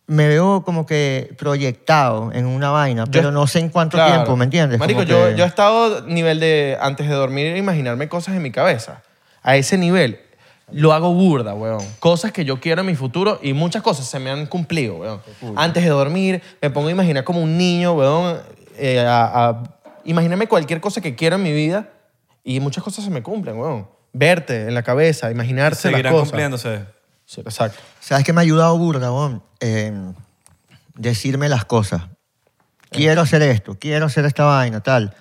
A: me veo como que proyectado en una vaina, pero no sé en cuánto
D: Claro.
A: tiempo, ¿me entiendes?
D: Marico,
A: Como
D: yo,
A: que-
D: yo he estado nivel de antes de dormir imaginarme cosas en mi cabeza. A ese nivel lo hago burda, weón. Cosas que yo quiero en mi futuro y muchas cosas se me han cumplido, weón. Antes de dormir me pongo a imaginar como un niño, weón, eh, a, a imaginarme cualquier cosa que quiero en mi vida y muchas cosas se me cumplen, weón. Verte en la cabeza, imaginarse las
B: Seguirán
D: cosas.
B: cumpliéndose.
D: Sí, exacto.
A: ¿Sabes qué me ha ayudado burda, bon? Eh, decirme las cosas. Quiero hacer esto, quiero hacer esta vaina, tal.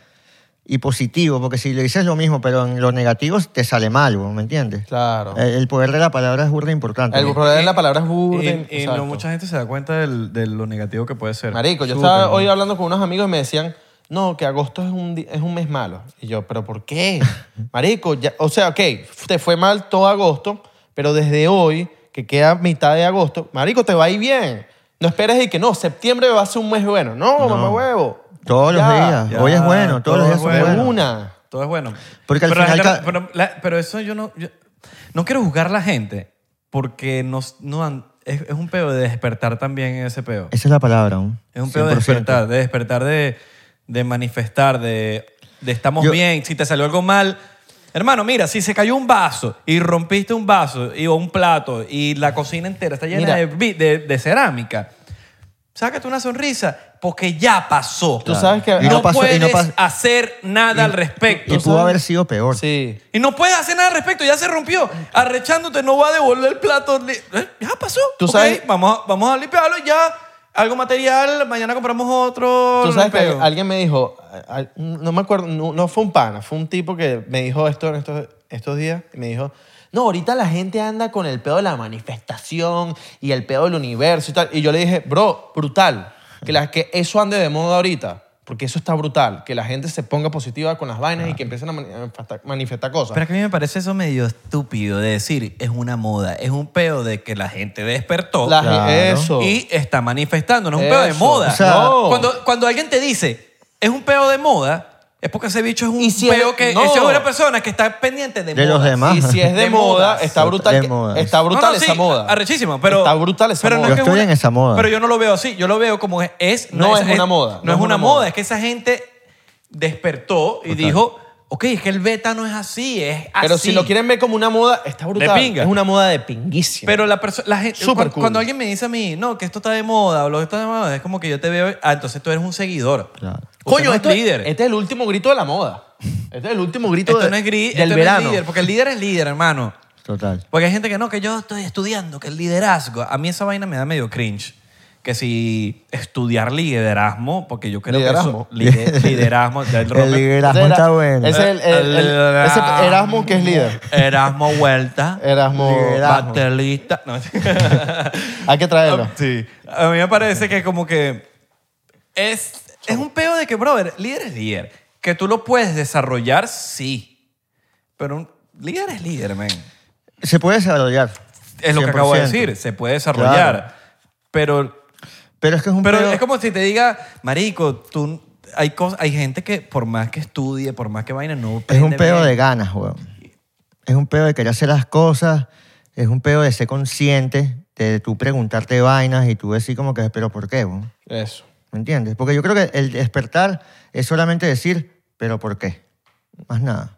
A: y positivo, porque si le dices lo mismo, pero en los negativos te sale mal, weón, ¿me entiendes?
D: Claro.
A: El, el poder de la palabra es burda importante.
D: El problema de la palabra es burda.
B: Y, y
D: exacto.
B: no mucha gente se da cuenta del- de lo negativo que puede ser.
D: Marico, yo
B: Súper,
D: estaba
B: ¿no?
D: hoy hablando con unos amigos y me decían, no, que agosto es un, di- es un mes malo. Y yo, ¿pero por qué? Marico, ya- o sea, ok, te fue mal todo agosto, pero desde hoy, que queda mitad de agosto, Marico, te va a ir bien. No esperes y que no, septiembre va a ser un mes bueno. No, mamá huevo.
A: Todos los
D: Ya,
A: días.
B: ya,
A: Hoy es bueno, todos los
B: todo
A: días
B: es
A: son
D: De
B: bueno.
A: buenos.
D: una.
B: Todo es bueno.
A: Porque al
B: pero, la
A: final
B: gente-
A: ca-
B: pero, la- pero eso yo no... yo no quiero juzgar a la gente porque nos, no han- es, es un peo de despertar también en ese peo.
A: Esa es la palabra, weón.
B: Es un pedo de
A: 100%.
B: despertar, de despertar, de, de manifestar, de, de estamos
A: Yo-
B: bien. Si te salió algo mal, hermano, mira, si se cayó un vaso y rompiste un vaso y, o un plato y la cocina entera está llena
D: Mira.
B: de, vi- de, de cerámica, sácate una sonrisa porque ya pasó.
D: Tú sabes que-
B: no,
D: Y no
A: pasó-
B: puedes
A: y no pas-
B: hacer nada al respecto.
A: Y
B: ¿sabes?
A: pudo haber sido peor.
D: Sí.
B: Y no puedes hacer nada al respecto, ya se rompió. Arrechándote, no va a devolver el plato. li- eh, Ya pasó.
D: Tú
B: Ok,
D: sabes-
B: Vamos, a- vamos a limpiarlo ya. Algo material, mañana compramos otro.
D: Tú sabes que
B: limpio.
D: alguien me dijo, al- no me acuerdo, no, no fue un pana, fue un tipo que me dijo esto en estos, estos días y me dijo, no, ahorita la gente anda con el pedo de la manifestación y el pedo del universo y tal. Y yo le dije, bro, brutal, que, la, que eso ande de moda ahorita, porque eso está brutal, que la gente se ponga positiva con las vainas y que empiecen a mani- manifestar, manifestar cosas.
B: Pero es que a mí me parece eso medio estúpido de decir, es una moda, es un peo de que la gente despertó
D: La-
A: Claro.
D: Eso.
B: y está manifestando, no es un peo de
D: Eso.
B: moda.
A: O sea-
D: No.
B: cuando, cuando alguien te dice, es un peo de moda, es porque ese bicho es un
D: Y si
B: peo
D: el-
B: que...
D: no.
B: esa es una persona que está pendiente de,
A: De los
B: modas.
A: demás.
D: y si es de,
B: De
D: moda,
B: modas.
D: está brutal,
A: De
D: que-
A: modas.
D: está brutal
B: No, no, sí,
D: esa moda.
B: Arrechísima, pero.
D: Está brutal esa
B: pero
D: moda.
B: es
A: Yo
B: que es
A: estoy
B: una-
A: en esa moda.
B: Pero yo no lo veo así. Yo lo veo como es. es
D: No es una moda,
B: No, es una moda. Es que esa gente despertó y
A: Total.
B: dijo: Ok, es que el beta no es así, es así.
D: Pero si lo quieren ver como una moda, está brutal.
B: pinga.
D: Es una moda de pinguísima.
B: Pero la persona. La gente,
D: Súper
B: cuando,
D: cool.
B: cuando alguien me dice a mí, no, que esto está de moda o lo que está de moda, es como que yo te veo. Ah, entonces tú eres un seguidor.
A: Claro.
B: Usted
D: Coño,
B: no
D: esto
B: es líder.
D: Este es el último grito de la moda. Este es el último grito
B: esto
D: de-
B: no es gris,
D: del
B: esto no es
D: verano.
B: líder, porque el líder es líder, hermano.
A: Total.
B: Porque hay gente que no, que yo estoy estudiando, que el liderazgo. A mí esa vaina me da medio cringe. Que si estudiar liderazgo, porque yo creo
D: Liderazgo.
B: que eso. lide- liderazgo. ya el
A: El
B: Robert- Eh,
A: liderazgo
D: Ese
A: está
D: era-
A: bueno.
D: Ese es el, el- el- ese Erasmo que es líder.
B: Erasmo Vuelta.
D: Erasmo.
A: Liderazgo.
B: Batelista. No.
D: Hay que traerlo.
B: sí. A mí me parece que como que es, es un peo de que, brother, líder es líder. Que tú lo puedes desarrollar, sí. Pero un líder es líder, men.
A: Se puede desarrollar.
B: Es lo que acabo de
A: 100%.
B: decir, se puede desarrollar. Pero,
A: Pero es que es un
B: pero
A: pedo-
B: es como si te diga, marico, tú, hay, cos- hay gente que por más que estudie, por más que vaina, no
A: Es un
B: aprende
A: pedo de
B: bien.
A: ganas, weón. Es un pedo de querer hacer las cosas. Es un pedo de ser consciente, de tú preguntarte vainas y tú decir como que, pero ¿por qué, weón?
D: Eso.
A: ¿Me entiendes? Porque yo creo que el despertar es solamente decir, pero ¿por qué? Más nada.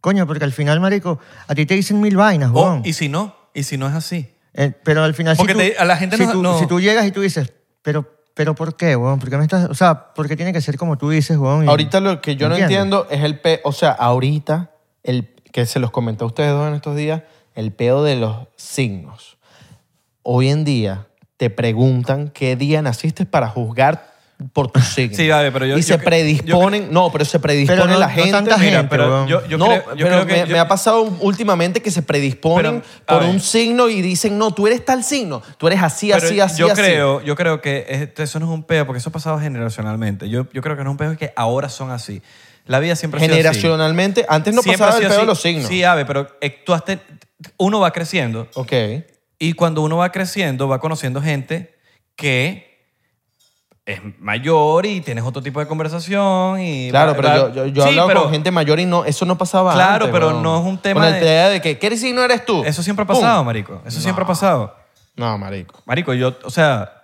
A: Coño, porque al final, marico, a ti te dicen mil vainas,
B: O,
A: weón.
B: Oh, y si no, y si no es así.
A: Eh, pero al final,
B: Porque
A: si, tú,
B: te- a la gente
A: si,
B: no-
A: tú,
B: no.
A: si tú llegas y tú dices, pero, pero ¿por qué, weón? Porque me estás, o sea, porque tiene que ser como tú dices, weón. y-
D: Ahorita lo que yo no
A: ¿Entiendes?
D: entiendo es el peo. O sea, ahorita, el, que se los comenté a ustedes dos en estos días, el peo de los signos. Hoy en día te preguntan qué día naciste para juzgar por tus signos.
B: Sí, vale, pero yo-
D: Y
B: yo
D: se
B: cre-
D: predisponen. no, pero se predispone
A: Pero no-
D: la
A: no
D: gente.
A: tanta
B: Mira,
A: gente,
B: pero
A: weón.
B: yo, yo
D: no,
B: creo, yo
D: pero
B: creo que...
D: me,
B: yo-
D: me ha pasado últimamente que se predisponen
B: Pero, a
D: por
B: ver.
D: un signo y dicen, no, tú eres tal signo, tú eres así,
B: pero
D: así, así,
B: yo
D: así.
B: creo, yo creo que es- eso no es un peo, porque eso ha pasado generacionalmente. Yo, yo creo que no es un peo es que ahora son así. La vida siempre ha sido así.
D: Generacionalmente, antes no
B: Siempre ha
D: pasaba el
B: sido
D: pedo de
B: así.
D: los signos.
B: Sí, Ave, pero eh, tú has ten- uno va creciendo
D: Ok.
B: Y cuando uno va creciendo, va conociendo gente que es mayor y tienes otro tipo de conversación y
D: Claro,
B: va-
D: pero
B: va-
D: yo, yo, yo he
B: Sí,
D: hablado
B: pero
D: con gente mayor y no, eso no pasaba
B: Claro,
D: antes,
B: pero
D: weón.
B: no es un tema
D: Con el
B: de-
D: tema de que, ¿qué eres signo eres tú?
B: Eso siempre ha
D: Pum.
B: pasado, marico. Eso siempre ha pasado.
D: No, marico.
B: Marico, yo, o sea,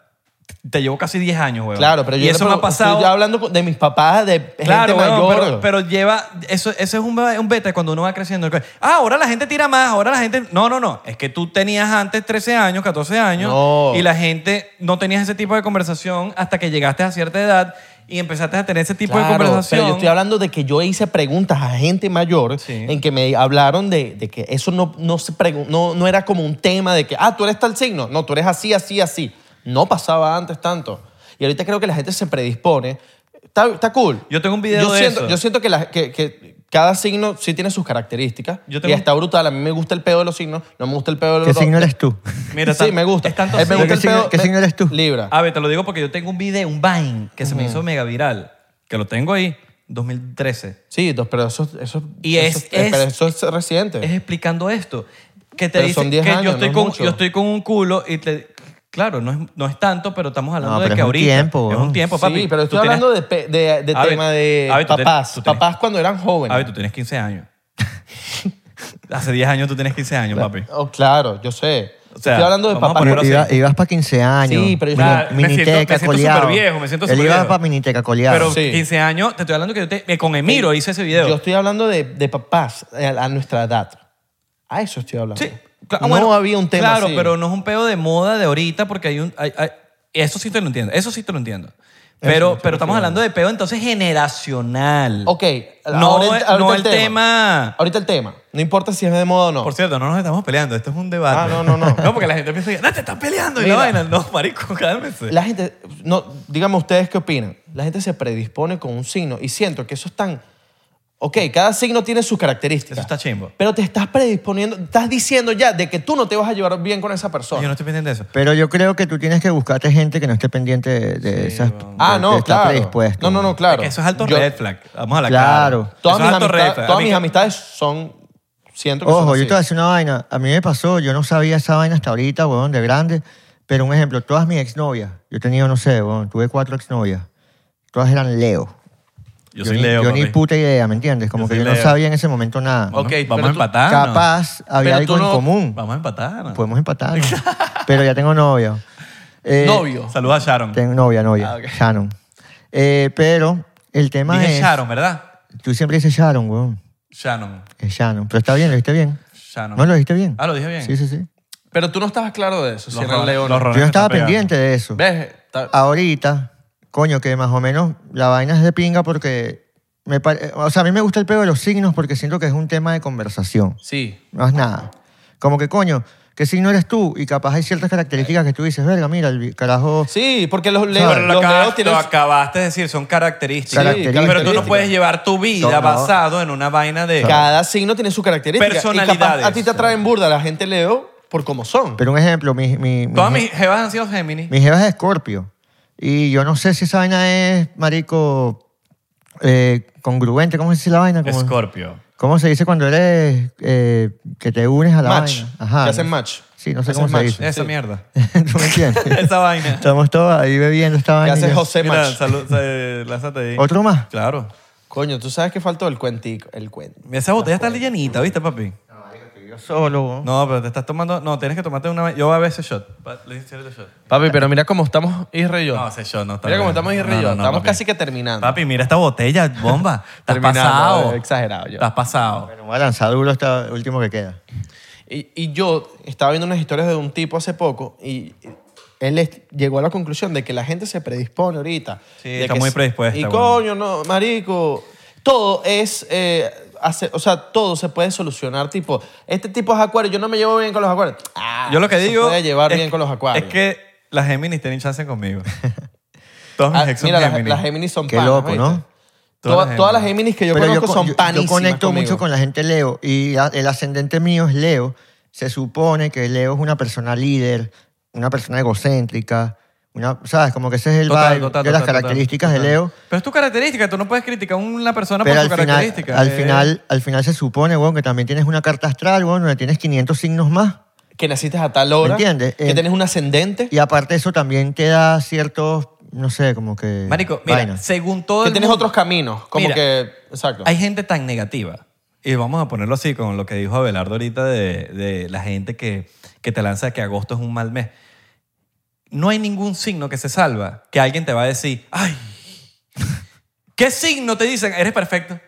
B: te llevo casi 10 años, weón.
D: Claro, pero yo
B: y eso me ha pasado.
D: Estoy hablando con- de mis papás, de gente
B: Claro, weón,
D: mayor.
B: pero, pero lleva. Eso, ese es un, un beta cuando uno va creciendo. Ah, ahora la gente tira más, ahora la gente. No, no, no. Es que tú tenías antes 13 años, 14 años.
D: No.
B: Y la gente no tenías ese tipo de conversación hasta que llegaste a cierta edad y empezaste a tener ese tipo
D: Claro,
B: de conversación.
D: Pero yo estoy hablando de que yo hice preguntas a gente mayor
B: Sí.
D: en que me hablaron de, de que eso no, no, se pregu- no, no era como un tema de que, ah, tú eres tal signo. No, tú eres así, así, así. No pasaba antes tanto. Y ahorita creo que la gente se predispone Está, está cool.
B: Yo tengo un video
D: yo
B: de
D: siento,
B: eso.
D: Yo siento que, la- que- que cada signo sí tiene sus características.
B: Yo tengo-
D: Y está brutal. A mí me gusta el pedo de los signos. No me gusta el pedo de los
A: ¿Qué signo
D: de-
A: eres tú?
B: Mira, Ah.
D: sí,
B: tan-
D: me gusta.
B: Es tanto
D: Eh, me
B: así.
D: gusta
A: ¿Qué
D: el
A: signo-
D: pedo
A: qué
D: de-
A: signo eres tú?
D: Libra.
B: A ver, te lo digo porque yo tengo un video, un Vine, que se me hizo mega viral, que lo tengo ahí, 2013.
D: Sí, dos- pero eso, eso,
B: Y
D: eso-
B: es- es-
D: pero eso es reciente.
B: Es explicando esto. Que te
D: Pero
B: dice
D: son 10
B: que yo,
D: años,
B: estoy
D: no
B: con,
D: mucho.
B: yo estoy con un culo y te... Claro, no es, no es tanto, pero estamos hablando
A: No,
B: de
A: pero
B: que
A: es un
B: ahorita...
A: tiempo,
B: es
A: weón.
B: un tiempo,
D: sí,
B: papi.
D: pero
B: Tú
D: estoy
B: tienes-
D: hablando de, pe- de, de
B: A ver,
D: tema de
B: a ver, tú te-
D: papás.
B: tú tienes-
D: papás cuando eran jóvenes.
B: A ver, tú tienes 15 años. Hace 10 años tú tienes 15 años, papi.
D: Oh, claro, yo sé.
B: O sea,
D: estoy hablando de
B: vamos a
D: papás.
B: ponerlo así.
A: Iba- ibas para 15 años.
D: Sí, pero yo-
A: mini-
B: Ah, me siento- me
A: miniteca,
B: siento
A: coleado.
B: superviejo, me siento
A: Él iba
B: superviejo.
A: para miniteca coleado.
B: Pero
D: Sí.
B: 15 años, te estoy hablando que yo te- eh, con Emiro hice ese video.
D: Yo estoy hablando de, de papás eh, a, nuestra edad. A eso estoy hablando.
B: Sí, cla- ah,
D: no
B: bueno,
D: había un tema
B: Claro,
D: así.
B: pero no es un pedo de moda de ahorita porque hay un... hay- hay- eso sí te lo entiendo, eso sí te lo entiendo. Pero, pero estamos hablando de pedo entonces generacional.
D: Ok,
B: No,
D: ahorita-
B: eh,
D: ahorita
B: no
D: el
B: el tema.
D: Ahorita el tema. No importa si es de moda o no.
B: Por cierto, no nos estamos peleando, esto es un debate.
D: Ah, no, no, no.
B: no, porque la gente piensa, no, te estás peleando y la
D: Mira.
B: vaina. No, marico, cálmese.
D: La gente, no, díganme ustedes qué opinan. La gente se predispone con un signo y siento que eso es tan... Ok, cada signo tiene sus características.
B: Eso está chimbo.
D: Pero te estás predisponiendo, estás diciendo ya de que tú no te vas a llevar bien con esa
B: Yo
D: persona.
B: no estoy pendiente de eso.
A: Pero yo creo que tú tienes que buscarte gente que no esté pendiente de, de esas.
D: ah,
A: que
D: no,
A: está
D: claro.
A: predispuesto.
D: No, no, no,
B: Es
D: claro.
B: que eso es alto
D: Yo-
B: red flag. Vamos a la
A: Claro.
B: cara.
D: Todas,
B: Eso es
D: mis,
B: alto
D: amistades-
B: red flag.
D: todas
B: A mí
D: mis
B: que-
D: amistades son... Siento que son
A: Ojo, yo
D: así.
A: te voy a decir una vaina. A mí me pasó, yo no sabía esa vaina hasta ahorita, weón, de grande. Pero un ejemplo, todas mis exnovias, yo he tenido, no sé, weón, tuve cuatro exnovias. Todas eran Leo.
B: Yo soy
A: ni-
B: Leo.
A: Yo ni
B: papi.
A: puta idea, ¿me entiendes? Como
B: Yo
A: que
B: soy
A: yo no
B: Leo. Ah,
A: sabía en ese momento nada.
B: Vamos-
D: Ok,
B: Vamos
D: pero
B: a
D: tú-
B: empatar.
A: Capaz había
D: Pero tú
A: algo en
D: no-
A: común.
B: Vamos a empatar.
D: Pues,
B: ¿no?
A: Podemos empatar. ¿no? pero ya tengo novia. Eh,
D: Novio.
B: Saluda a Sharon.
A: Tengo novia, novia.
D: Ah, ok.
A: Shannon. Eh, pero el tema
B: Dije
A: es.
B: Sharon, ¿verdad?
A: Tú siempre dices Sharon, weón.
B: Shannon.
A: Es Shannon. Pero está bien, lo dijiste bien.
B: Shannon.
A: No, lo dijiste bien.
B: Ah, lo dije bien.
A: Sí, sí, sí.
D: Pero tú no estabas claro de eso,
B: Los
D: si era
B: roles-
D: Leo o
B: los
D: no.
B: roles
A: Yo
B: se
A: estaba
B: están
A: pendiente de eso.
D: ¿Ves? Está-
A: Ahorita, coño, que más o menos la vaina es de pinga porque. Me pare- O sea, a mí me gusta el pedo de los signos porque siento que es un tema de conversación.
D: Sí.
A: No es nada. Como que, coño, ¿qué signo eres tú? Y capaz hay ciertas características que tú dices, verga, mira, el carajo.
D: Sí, porque los Leo,
B: Pero lo,
D: los
B: acabas-
D: Leo tienen...
B: lo acabaste de decir, son características.
A: Características.
B: Pero tú no puedes llevar tu vida
A: No, no.
B: basado en una vaina de...
D: Cada signo tiene su característica.
B: Personalidades.
D: Y capaz a ti te atraen burda la gente Leo por cómo son.
A: Pero un ejemplo, mi, mi, mi,
B: Todas mis jevas han sido Géminis.
A: mi jeva es de Escorpio. Y yo no sé si esa vaina es, marico, eh, congruente. ¿Cómo se dice la vaina? Como-
B: Escorpio.
A: ¿Cómo se dice cuando eres eh, que te unes a la
D: match.
A: vaina? Ajá.
D: Que hacen match.
A: Sí, no sé
D: Que
A: cómo
D: hacen
A: se
D: match.
A: dice.
B: Esa
D: Sí.
B: mierda.
A: ¿Tú me entiendes?
B: Esa vaina.
A: Estamos todos ahí bebiendo esta
D: Que
A: vaina. y
D: hace
A: yo-
D: José
B: Mira,
D: match.
B: salud, eh, lázate ahí.
A: ¿Otro más?
B: Claro.
D: Coño, tú sabes que faltó el cuentico. El cuento.
B: Esa botella está llanita, ¿viste, papi?
A: Yo solo.
B: No, pero te estás tomando... No, tienes que tomarte una... Yo voy a ver ese shot. Pa- Le hice el shot.
D: Papi, pero mira cómo estamos Isra y yo.
B: No, ese shot no está
D: mira cómo
B: bien.
D: estamos Isra y
B: No,
D: yo.
B: no, no,
D: estamos
B: papi.
D: casi que terminando.
B: Papi, mira esta botella, bomba. Estás
D: Terminando,
B: pasado.
D: eh, exagerado yo.
B: Estás pasado.
A: Bueno, voy a lanzar duro este último que queda.
D: Y, y yo estaba viendo unas historias de un tipo hace poco y él es- llegó a la conclusión de que la gente se predispone ahorita.
B: Sí,
D: De
B: está
D: que
B: muy
D: se-
B: predispuesta,
D: Y
B: weón.
D: coño, no, marico. Todo es... eh, hace- o sea, todo se puede solucionar. Tipo, este tipo es acuario, yo no me llevo bien con los acuarios. Ah,
B: Yo lo que
D: se
B: digo.
D: puede llevar
B: es-
D: bien con los acuarios.
B: Es que las Géminis tienen chance conmigo. Todas mis
D: Ah,
B: ex son
D: mira, las,
B: Géminis.
D: las Géminis son
A: Qué
D: panas,
A: loco, ¿no?
D: ¿oíste?
B: Todas
D: Todas,
B: las
D: todas las
B: Géminis.
D: Géminis que yo
A: Pero
D: conozco
A: co-
D: son
A: yo-
D: panísimas
A: Yo conecto
D: conmigo.
A: mucho con la gente Leo y a- el ascendente mío es Leo. Se supone que Leo es una persona líder, una persona egocéntrica, una, ¿sabes? Como que ese es el
B: Total,
A: vibe
B: total,
A: de las
B: total, total,
A: características
B: total.
A: de Leo.
B: Pero es tu característica, tú no puedes criticar a una persona
A: Pero
B: por
A: al
B: su
A: final,
B: característica.
A: al,
B: eh.
A: final, al final se supone, weón, que también tienes una carta astral, weón, donde tienes 500 signos más.
D: Que naciste a tal hora.
A: ¿Me entiendes?
D: Que
A: Eh,
D: tenés un ascendente.
A: Y aparte eso también te da ciertos, no sé, como que...
B: Marico, mira,
A: vainas.
B: según todo.
D: Que
B: el
D: tienes
B: mundo-
D: otros caminos. Como
B: Mira,
D: que... Exacto.
B: Hay gente tan negativa. Y vamos a ponerlo así, con lo que dijo Abelardo ahorita de, de la gente que, que te lanza que agosto es un mal mes. No hay ningún signo que se salva que alguien te va a decir, ay, ¿qué signo te dicen? Eres perfecto.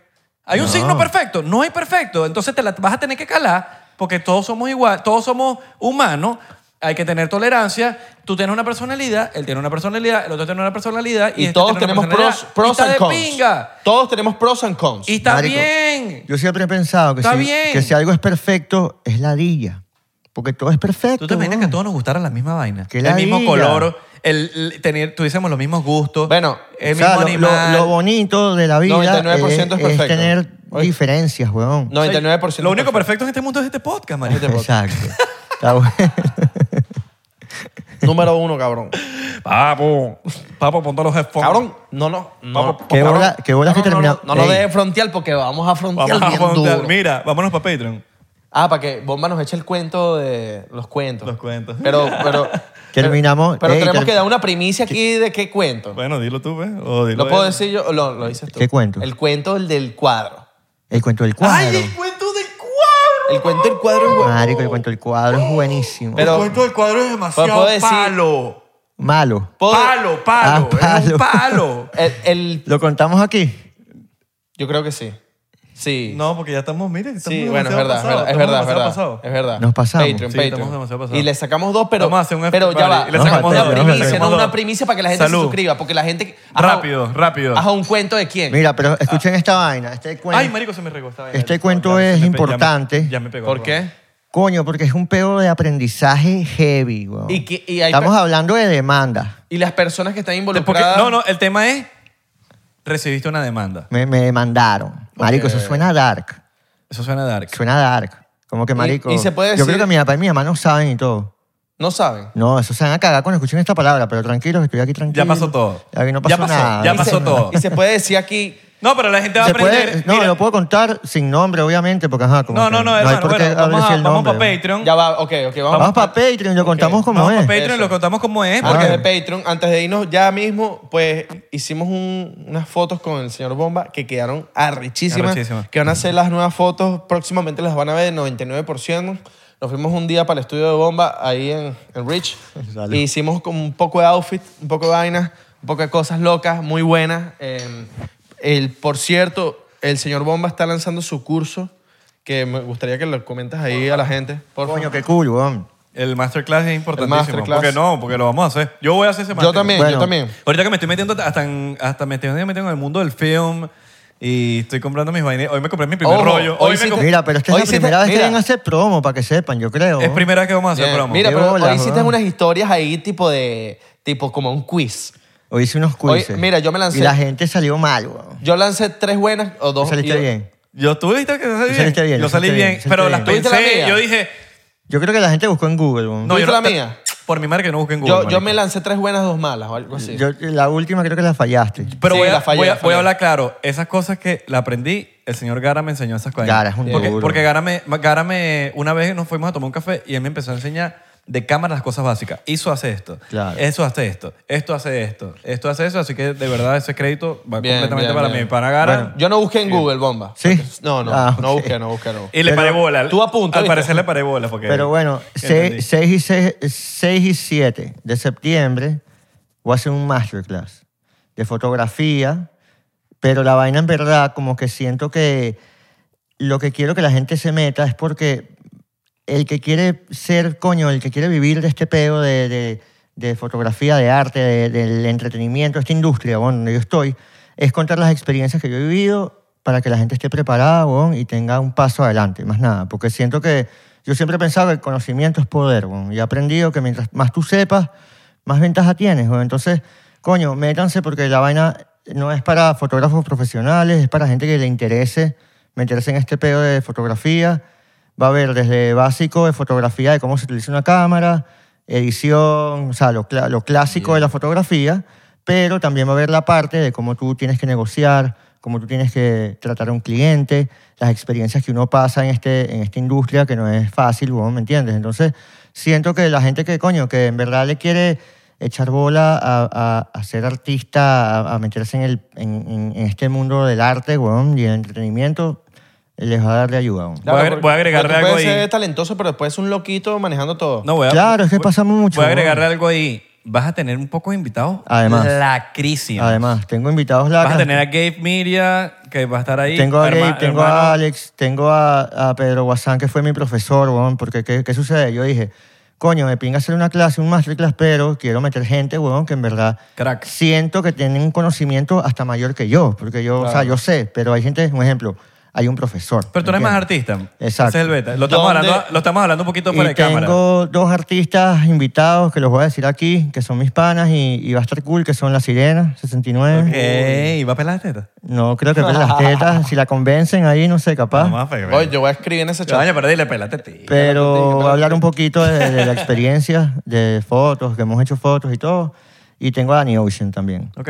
B: ¿Hay un
A: No.
B: signo perfecto? No hay perfecto. Entonces te la vas a tener que calar porque todos somos igual, todos somos humanos. Hay que tener tolerancia. Tú tienes una personalidad, él tiene una personalidad, el otro tiene una personalidad. Y,
D: Y,
B: este
D: todos
B: tiene una
D: tenemos pros,
B: personalidad. Y
D: pros
B: está
D: and
B: de
D: cons.
B: pinga.
D: Todos tenemos pros and cons.
B: Y está
A: Marico,
B: bien.
A: Yo siempre he pensado que,
B: Está
A: si,
B: bien.
A: que si algo es perfecto, es ladilla. Porque todo es perfecto.
B: Tú te imaginas que a
A: weón.
B: todos nos gustara la misma vaina.
A: Qué
B: el mismo
A: ladilla.
B: color, el, el tener, tuviésemos los mismos gustos.
D: Bueno,
B: el
A: O sea,
B: mismo
A: lo- lo,
B: animal.
A: lo bonito de la vida eh,
D: 99% es
A: es,
D: perfecto.
A: tener
D: Oye.
A: diferencias, weón.
B: O sea,
D: 99%.
B: Lo único perfecto en este mundo es este podcast, marico.
A: Exacto. Está bueno.
D: Número uno, cabrón.
B: Papo, papo, ponte los headphones.
D: Cabrón, no, no. no
A: Qué
D: cabrón,
A: bola- qué bolas que
D: no, no,
A: terminamos.
D: No, no, no lo
A: Ey.
D: dejes frontear porque vamos a frontear
B: Vamos a
D: bien
B: pontear.
D: duro.
B: Mira, vámonos para Patreon.
D: Ah, para que Bomba nos eche el cuento de los cuentos.
B: Los cuentos.
D: Pero, pero...
A: Terminamos-
D: Pero
A: Ey,
D: tenemos
A: ter-
D: que dar una primicia aquí de qué cuento.
B: Bueno, dilo tú, ¿ves? O dilo
D: Lo puedo
B: él.
D: decir yo, lo, lo dices tú.
A: ¿Qué cuento?
D: El cuento el del cuadro.
A: El cuento del cuadro.
B: ¡Ay, el cuento del cuadro!
D: El cuento del cuadro es bueno.
A: Marico, el cuento del cuadro es buenísimo.
D: Pero- Pues
B: el cuento del cuadro es demasiado
D: puedo decir-
B: palo.
A: Malo.
D: Puedo-
B: Palo, palo.
A: Ah,
B: Es
A: palo.
B: un palo.
D: El, el-
A: ¿Lo contamos aquí?
D: yo creo que sí. Sí.
B: No, porque ya estamos, miren, estamos
D: sí, bueno, es
B: demasiado
D: verdad,
B: pasados,
D: es
B: estamos
D: verdad, es
B: demasiado
D: verdad, es
B: pasados.
D: verdad, es verdad.
A: Nos pasamos.
D: Patreon,
B: Sí,
D: Patreon.
B: estamos demasiado pasados.
D: Y le sacamos dos, pero,
B: Vamos a hacer un
D: pero ya
B: after
D: va.
B: party. Y le
D: no,
A: sacamos
D: una
A: dos, le
D: primicia,
B: sacamos
D: no
B: dos.
D: una primicia para que la gente
B: Salud.
D: se suscriba, porque la gente...
B: Rápido, rápido.
D: Ajá, un cuento de quién.
A: Mira, pero escuchen esta vaina. Este cuento,
B: Ay, marico, se me regó esta vaina.
A: Este
B: Ya,
A: cuento
B: ya me-
A: es
B: ya me-
A: importante.
B: Ya me, ya me pegó.
D: ¿Por qué?
A: coño, porque es un pedo de aprendizaje heavy, weón.
D: Y que- y hay
A: Estamos
D: per-
A: hablando de demanda.
D: Y las personas que están
B: Porque-
D: involucradas...
B: no, no, el tema es recibiste una demanda.
A: Me, me demandaron. Marico, eso suena dark.
B: Eso suena dark.
A: Suena dark. Como que, marico.
D: y se puede
A: Yo
D: decir-
A: creo que mi papá y mi mamá no saben y todo.
D: No saben.
A: No, eso se van a cagar cuando escuchen esta palabra, pero tranquilos, estoy aquí tranquilo.
B: Ya pasó todo.
A: Aquí no pasó,
B: Ya pasó,
A: nada.
B: ya
A: ¿viste?
B: pasó todo.
D: Y se puede decir aquí...
B: No, pero la gente va a
A: Se puede-
B: aprender.
A: no,
B: mira.
A: lo puedo contar sin nombre, obviamente, porque ajá, como
B: no,
A: que
B: no, no,
A: hay
B: hermano.
A: por qué
B: Bueno, vamos,
A: decir
B: a-
A: el
B: vamos para
A: nombre.
B: Patreon.
D: Ya va, ok, ok, vamos.
A: Vamos para Patreon y lo contamos como
B: vamos
A: es.
B: para Patreon y
D: Eso.
B: lo contamos como es.
A: Ah,
B: porque-
D: Porque
A: Claro.
D: de Patreon, antes de irnos ya mismo, pues hicimos un- unas fotos con el señor Bomba que quedaron arrechísimas.
B: Arrechísimas.
D: Que van a ser las nuevas fotos, próximamente las van a ver 99%. Nos fuimos un día para el estudio de Bomba ahí en, en Rich.
A: Salud.
D: Y hicimos como un poco de outfit, un poco de vainas, un poco de cosas locas, muy buenas. Eh, el, por cierto, el señor Bomba está lanzando su curso que me gustaría que lo comentas ahí a la gente. Por
A: Coño, qué cool, weón.
B: El masterclass es importantísimo.
D: masterclass.
B: Porque no, porque lo vamos a hacer. Yo voy a hacer ese
D: Yo
B: masterclass.
D: también, yo
A: Bueno.
D: también.
B: Ahorita que me estoy metiendo hasta en, hasta me estoy metiendo en el mundo del film y estoy comprando mis vainas. Hoy me compré mi primer
D: Ojo,
B: rollo.
D: hoy
B: Hoy, me
D: sí te-
B: compré.
A: Mira, pero esta es
D: Hoy
A: la
D: sí te-
A: primera vez que
D: mira.
A: deben hacer promo, para que sepan, yo creo.
B: Es primera vez que vamos a hacer
D: Bien.
B: promo.
D: Mira,
A: Qué
D: pero
A: bolas,
D: hoy hiciste
A: weón.
D: unas historias ahí tipo de... Tipo como un quiz.
A: O hice unos
D: Oye,
A: quizzes.
D: mira, yo me lancé-
A: Y la gente salió mal, weón.
D: Yo lancé tres buenas o
A: Tú
D: dos.
A: saliste
D: y-
A: bien.
B: Yo tú viste que salí
A: Tú
B: bien.
A: saliste bien,
B: Yo
A: tú
B: salí
A: saliste
B: bien,
A: bien, tú
B: pero
A: saliste
B: las
A: bien.
D: ¿Tuviste la
B: pensé,
D: mía?
B: yo dije,
A: Yo creo que la gente buscó en Google, weón.
B: no, yo
D: ¿Tuviste
B: no
D: la
B: te-
D: mía?
B: por mi madre que no busquen Google.
D: Yo, yo
B: marico.
D: me lancé tres buenas, dos malas o algo así.
A: Yo- la última creo que la fallaste.
B: Pero
D: Sí,
B: voy, a,
D: la fallé,
B: voy a-
D: la fallé.
B: voy a hablar claro. Esas cosas que la aprendí, el señor Gara me enseñó esas cosas.
A: Gara es un
B: porque,
A: duro.
B: Porque Gara me, Gara me- una vez nos fuimos a tomar un café y él me empezó a enseñar de cámara las cosas básicas. Eso hace esto.
A: Claro.
B: Eso hace esto. Esto hace esto. Esto hace eso. Así que de verdad ese crédito va
D: Bien,
B: completamente
D: bien,
B: para
D: bien.
B: mi pana Gara.
A: Bueno,
D: Yo no busqué en Google, bomba.
A: ¿Sí?
D: No, no,
A: Ah,
D: no
A: ok.
D: busqué, no busqué, no busqué.
B: y le
A: pero
B: paré bola.
D: tú apunta,
B: Al
D: ¿viste?
B: parecer le paré bola. Porque
A: Pero bueno, 6 y, se- seis y 7 de septiembre voy a hacer un masterclass de fotografía, pero la vaina en verdad como que siento que lo que quiero que la gente se meta es porque el que quiere ser, coño, el que quiere vivir de este pedo de, de- de fotografía, de arte, de- del entretenimiento, esta industria, bueno, donde yo estoy, es contar las experiencias que yo he vivido para que la gente esté preparada, weón, y tenga un paso adelante, más nada. Porque siento que yo siempre he pensado que el conocimiento es poder, weón, y he aprendido que mientras más tú sepas, más ventaja tienes, weón. Entonces, coño, métanse porque la vaina no es para fotógrafos profesionales, es para gente que le interese meterse en este pedo de fotografía. Va a haber desde básico de fotografía, de cómo se utiliza una cámara, edición, o sea, lo, cla- lo clásico de la fotografía, pero también va a haber la parte de cómo tú tienes que negociar, cómo tú tienes que tratar a un cliente, las experiencias que uno pasa en, este, en esta industria que no es fácil, weón, ¿me entiendes? Entonces, siento que la gente que, coño, que en verdad le quiere echar bola a, a- a ser artista, a, a meterse en, el, en, en- en este mundo del arte, weón, y el entretenimiento, les va a dar de ayuda, weón.
B: Voy a agre-
D: porque-
B: voy a agregarle
D: porque tú
B: algo
D: Puedes
B: ahí.
D: ser talentoso, pero después es un loquito manejando todo.
B: No, voy a-
A: Claro, es que pasa mucho,
B: Voy a
A: weón.
B: agregarle algo ahí. Vas a tener un poco de invitados.
A: Además.
B: Lacrísima.
A: Además, tengo invitados
B: Vas a
A: lacras.
B: tener a Gabe Miria, que va a estar ahí.
A: Tengo a
B: Herma-
A: Gabe, tengo
B: hermano.
A: a Alex, tengo a, a Pedro Guasán, que fue mi profesor, weón, porque ¿qué, qué sucede? Yo dije, coño, me pinga hacer una clase, un masterclass, pero quiero meter gente, weón, que en verdad
B: Crack.
A: siento que tienen un conocimiento hasta mayor que yo, porque yo, o sea, yo sé, pero hay gente, un ejemplo, hay un profesor.
B: Pero tú
A: ¿me
B: eres más
A: entiendes?
B: artista.
A: Exacto.
B: Ese es el beta. Lo estamos,
D: ¿Dónde?
B: hablando, lo estamos hablando un poquito fuera
A: Y
B: de cámara.
A: tengo dos artistas invitados que los voy a decir aquí, que son mis panas y, y va a estar cool, que son La Sirena, 69.
B: Ok, ¿va a pelar la teta?
A: No creo que pele las tetas, si la convencen ahí, no sé, capaz.
B: Vamos a pegar.
D: Oye, yo voy a escribir en ese
B: Yo,
D: chat.
B: Coño, pero dile, pelate, tío.
A: Pero voy a hablar un poquito de, de la experiencia de fotos, que hemos hecho fotos y todo. Y tengo a Danny Ocean también.
B: Ok.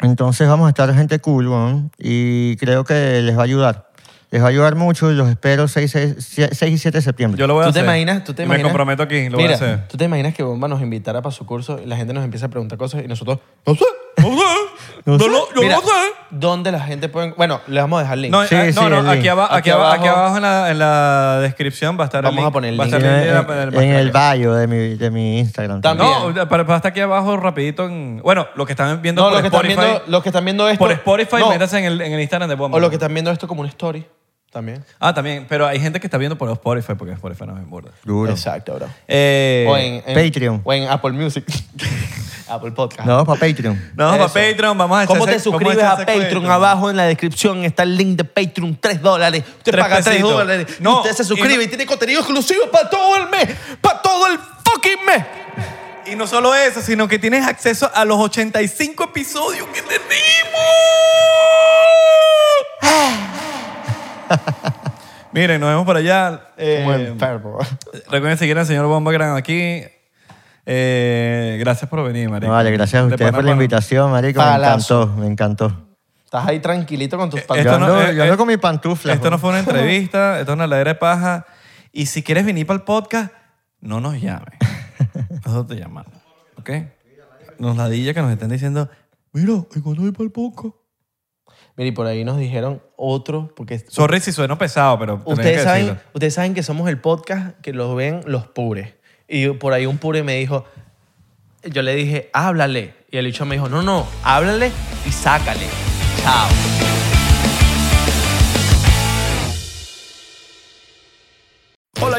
A: Entonces vamos a estar gente cool, weón, y creo que les va a ayudar. Les va a ayudar mucho y los espero 6, y 7 de septiembre.
B: Yo lo voy a
C: ¿Tú te
B: hacer.
C: imaginas? ¿Tú te
B: Y
C: imaginas?
B: Me comprometo aquí,
C: Mira,
B: lo voy a hacer.
C: ¿tú te imaginas que Bomba nos invitara para su curso y la gente nos empieza a preguntar cosas y nosotros...
B: No sé. No sé.
A: No sé.
B: no- yo
C: Mira,
B: no sé.
C: ¿dónde la gente puede...? Bueno, les vamos a dejar link.
B: No,
A: Sí,
B: ah, no,
A: sí,
B: no,
A: el
B: aquí,
A: link.
B: aba- aquí
C: Aquí
B: aba- aquí
C: abajo.
B: abajo en la, en la descripción va a estar el
C: Vamos
B: link.
C: a poner el
B: Va
A: en,
B: estar
C: link.
B: link de la-
A: en-
B: del
A: en el
B: material.
A: bio de mi, de mi Instagram.
C: También.
B: No, para, para estar aquí abajo rapidito en... Bueno, los que están viendo
C: No,
B: por
C: los que, están
B: Spotify...
C: viendo, los que están viendo esto...
B: por Spotify,
C: no,
B: métanse en el, en el Instagram de Bomba.
C: O los que están viendo esto como una story también.
B: Ah, también. Pero hay gente que está viendo por Spotify porque Spotify no es burda.
A: Duro.
C: Exacto, bro.
B: Eh,
C: o en, en-
A: Patreon.
C: O en Apple Music. Apple Podcast.
A: No, para Patreon.
B: No, para
C: Eso.
B: Patreon, vamos a echar
C: ¿Cómo te
B: ese- vamos
C: suscribes
B: echar
C: a
B: ese
C: Patreon?
B: cuento.
C: Abajo en la descripción está el link de Patreon, 3 dólares. Usted
B: Tres
C: paga 3
B: pesitos.
C: dólares.
B: No,
C: No, usted se
B: y
C: suscribe
B: no-
C: y, tiene contenido exclusivo para todo el mes. Para todo el fucking mes.
B: Y no solo eso, sino que tienes acceso a los 85 episodios que tenemos. Miren, nos vemos para allá. Eh,
D: Como enfermo.
B: recuerden seguir al señor Bomba Gran aquí. Eh, gracias por venir, María.
A: No, vale, gracias a ustedes por la invitación, marico. Me
D: Palazo.
A: encantó, me encantó.
D: Estás ahí tranquilito con tus
B: Esto
A: Yo
D: pantalones.
B: no-
A: ando,
B: eh,
A: yo ando
B: eh,
A: con mi pantufla.
B: Esto no
A: weón.
B: fue una entrevista, esto es una ladera de paja. Y si quieres venir para el podcast, no nos llames. Nosotros te llamamos. ¿Ok? Nos ladilla que nos estén diciendo, mira, ¿y cuándo voy para el podcast?
C: Mira, y por ahí nos dijeron otro, porque
B: Sorry si sueno pesado, pero tenía
C: ustedes
B: que
C: saben,
B: decirlo.
C: ustedes saben que somos el podcast que los ven los pures. Y por ahí un pure me dijo, yo le dije, háblale. Y el bicho me dijo, no, no, háblale y sácale. Chao.
E: Hola,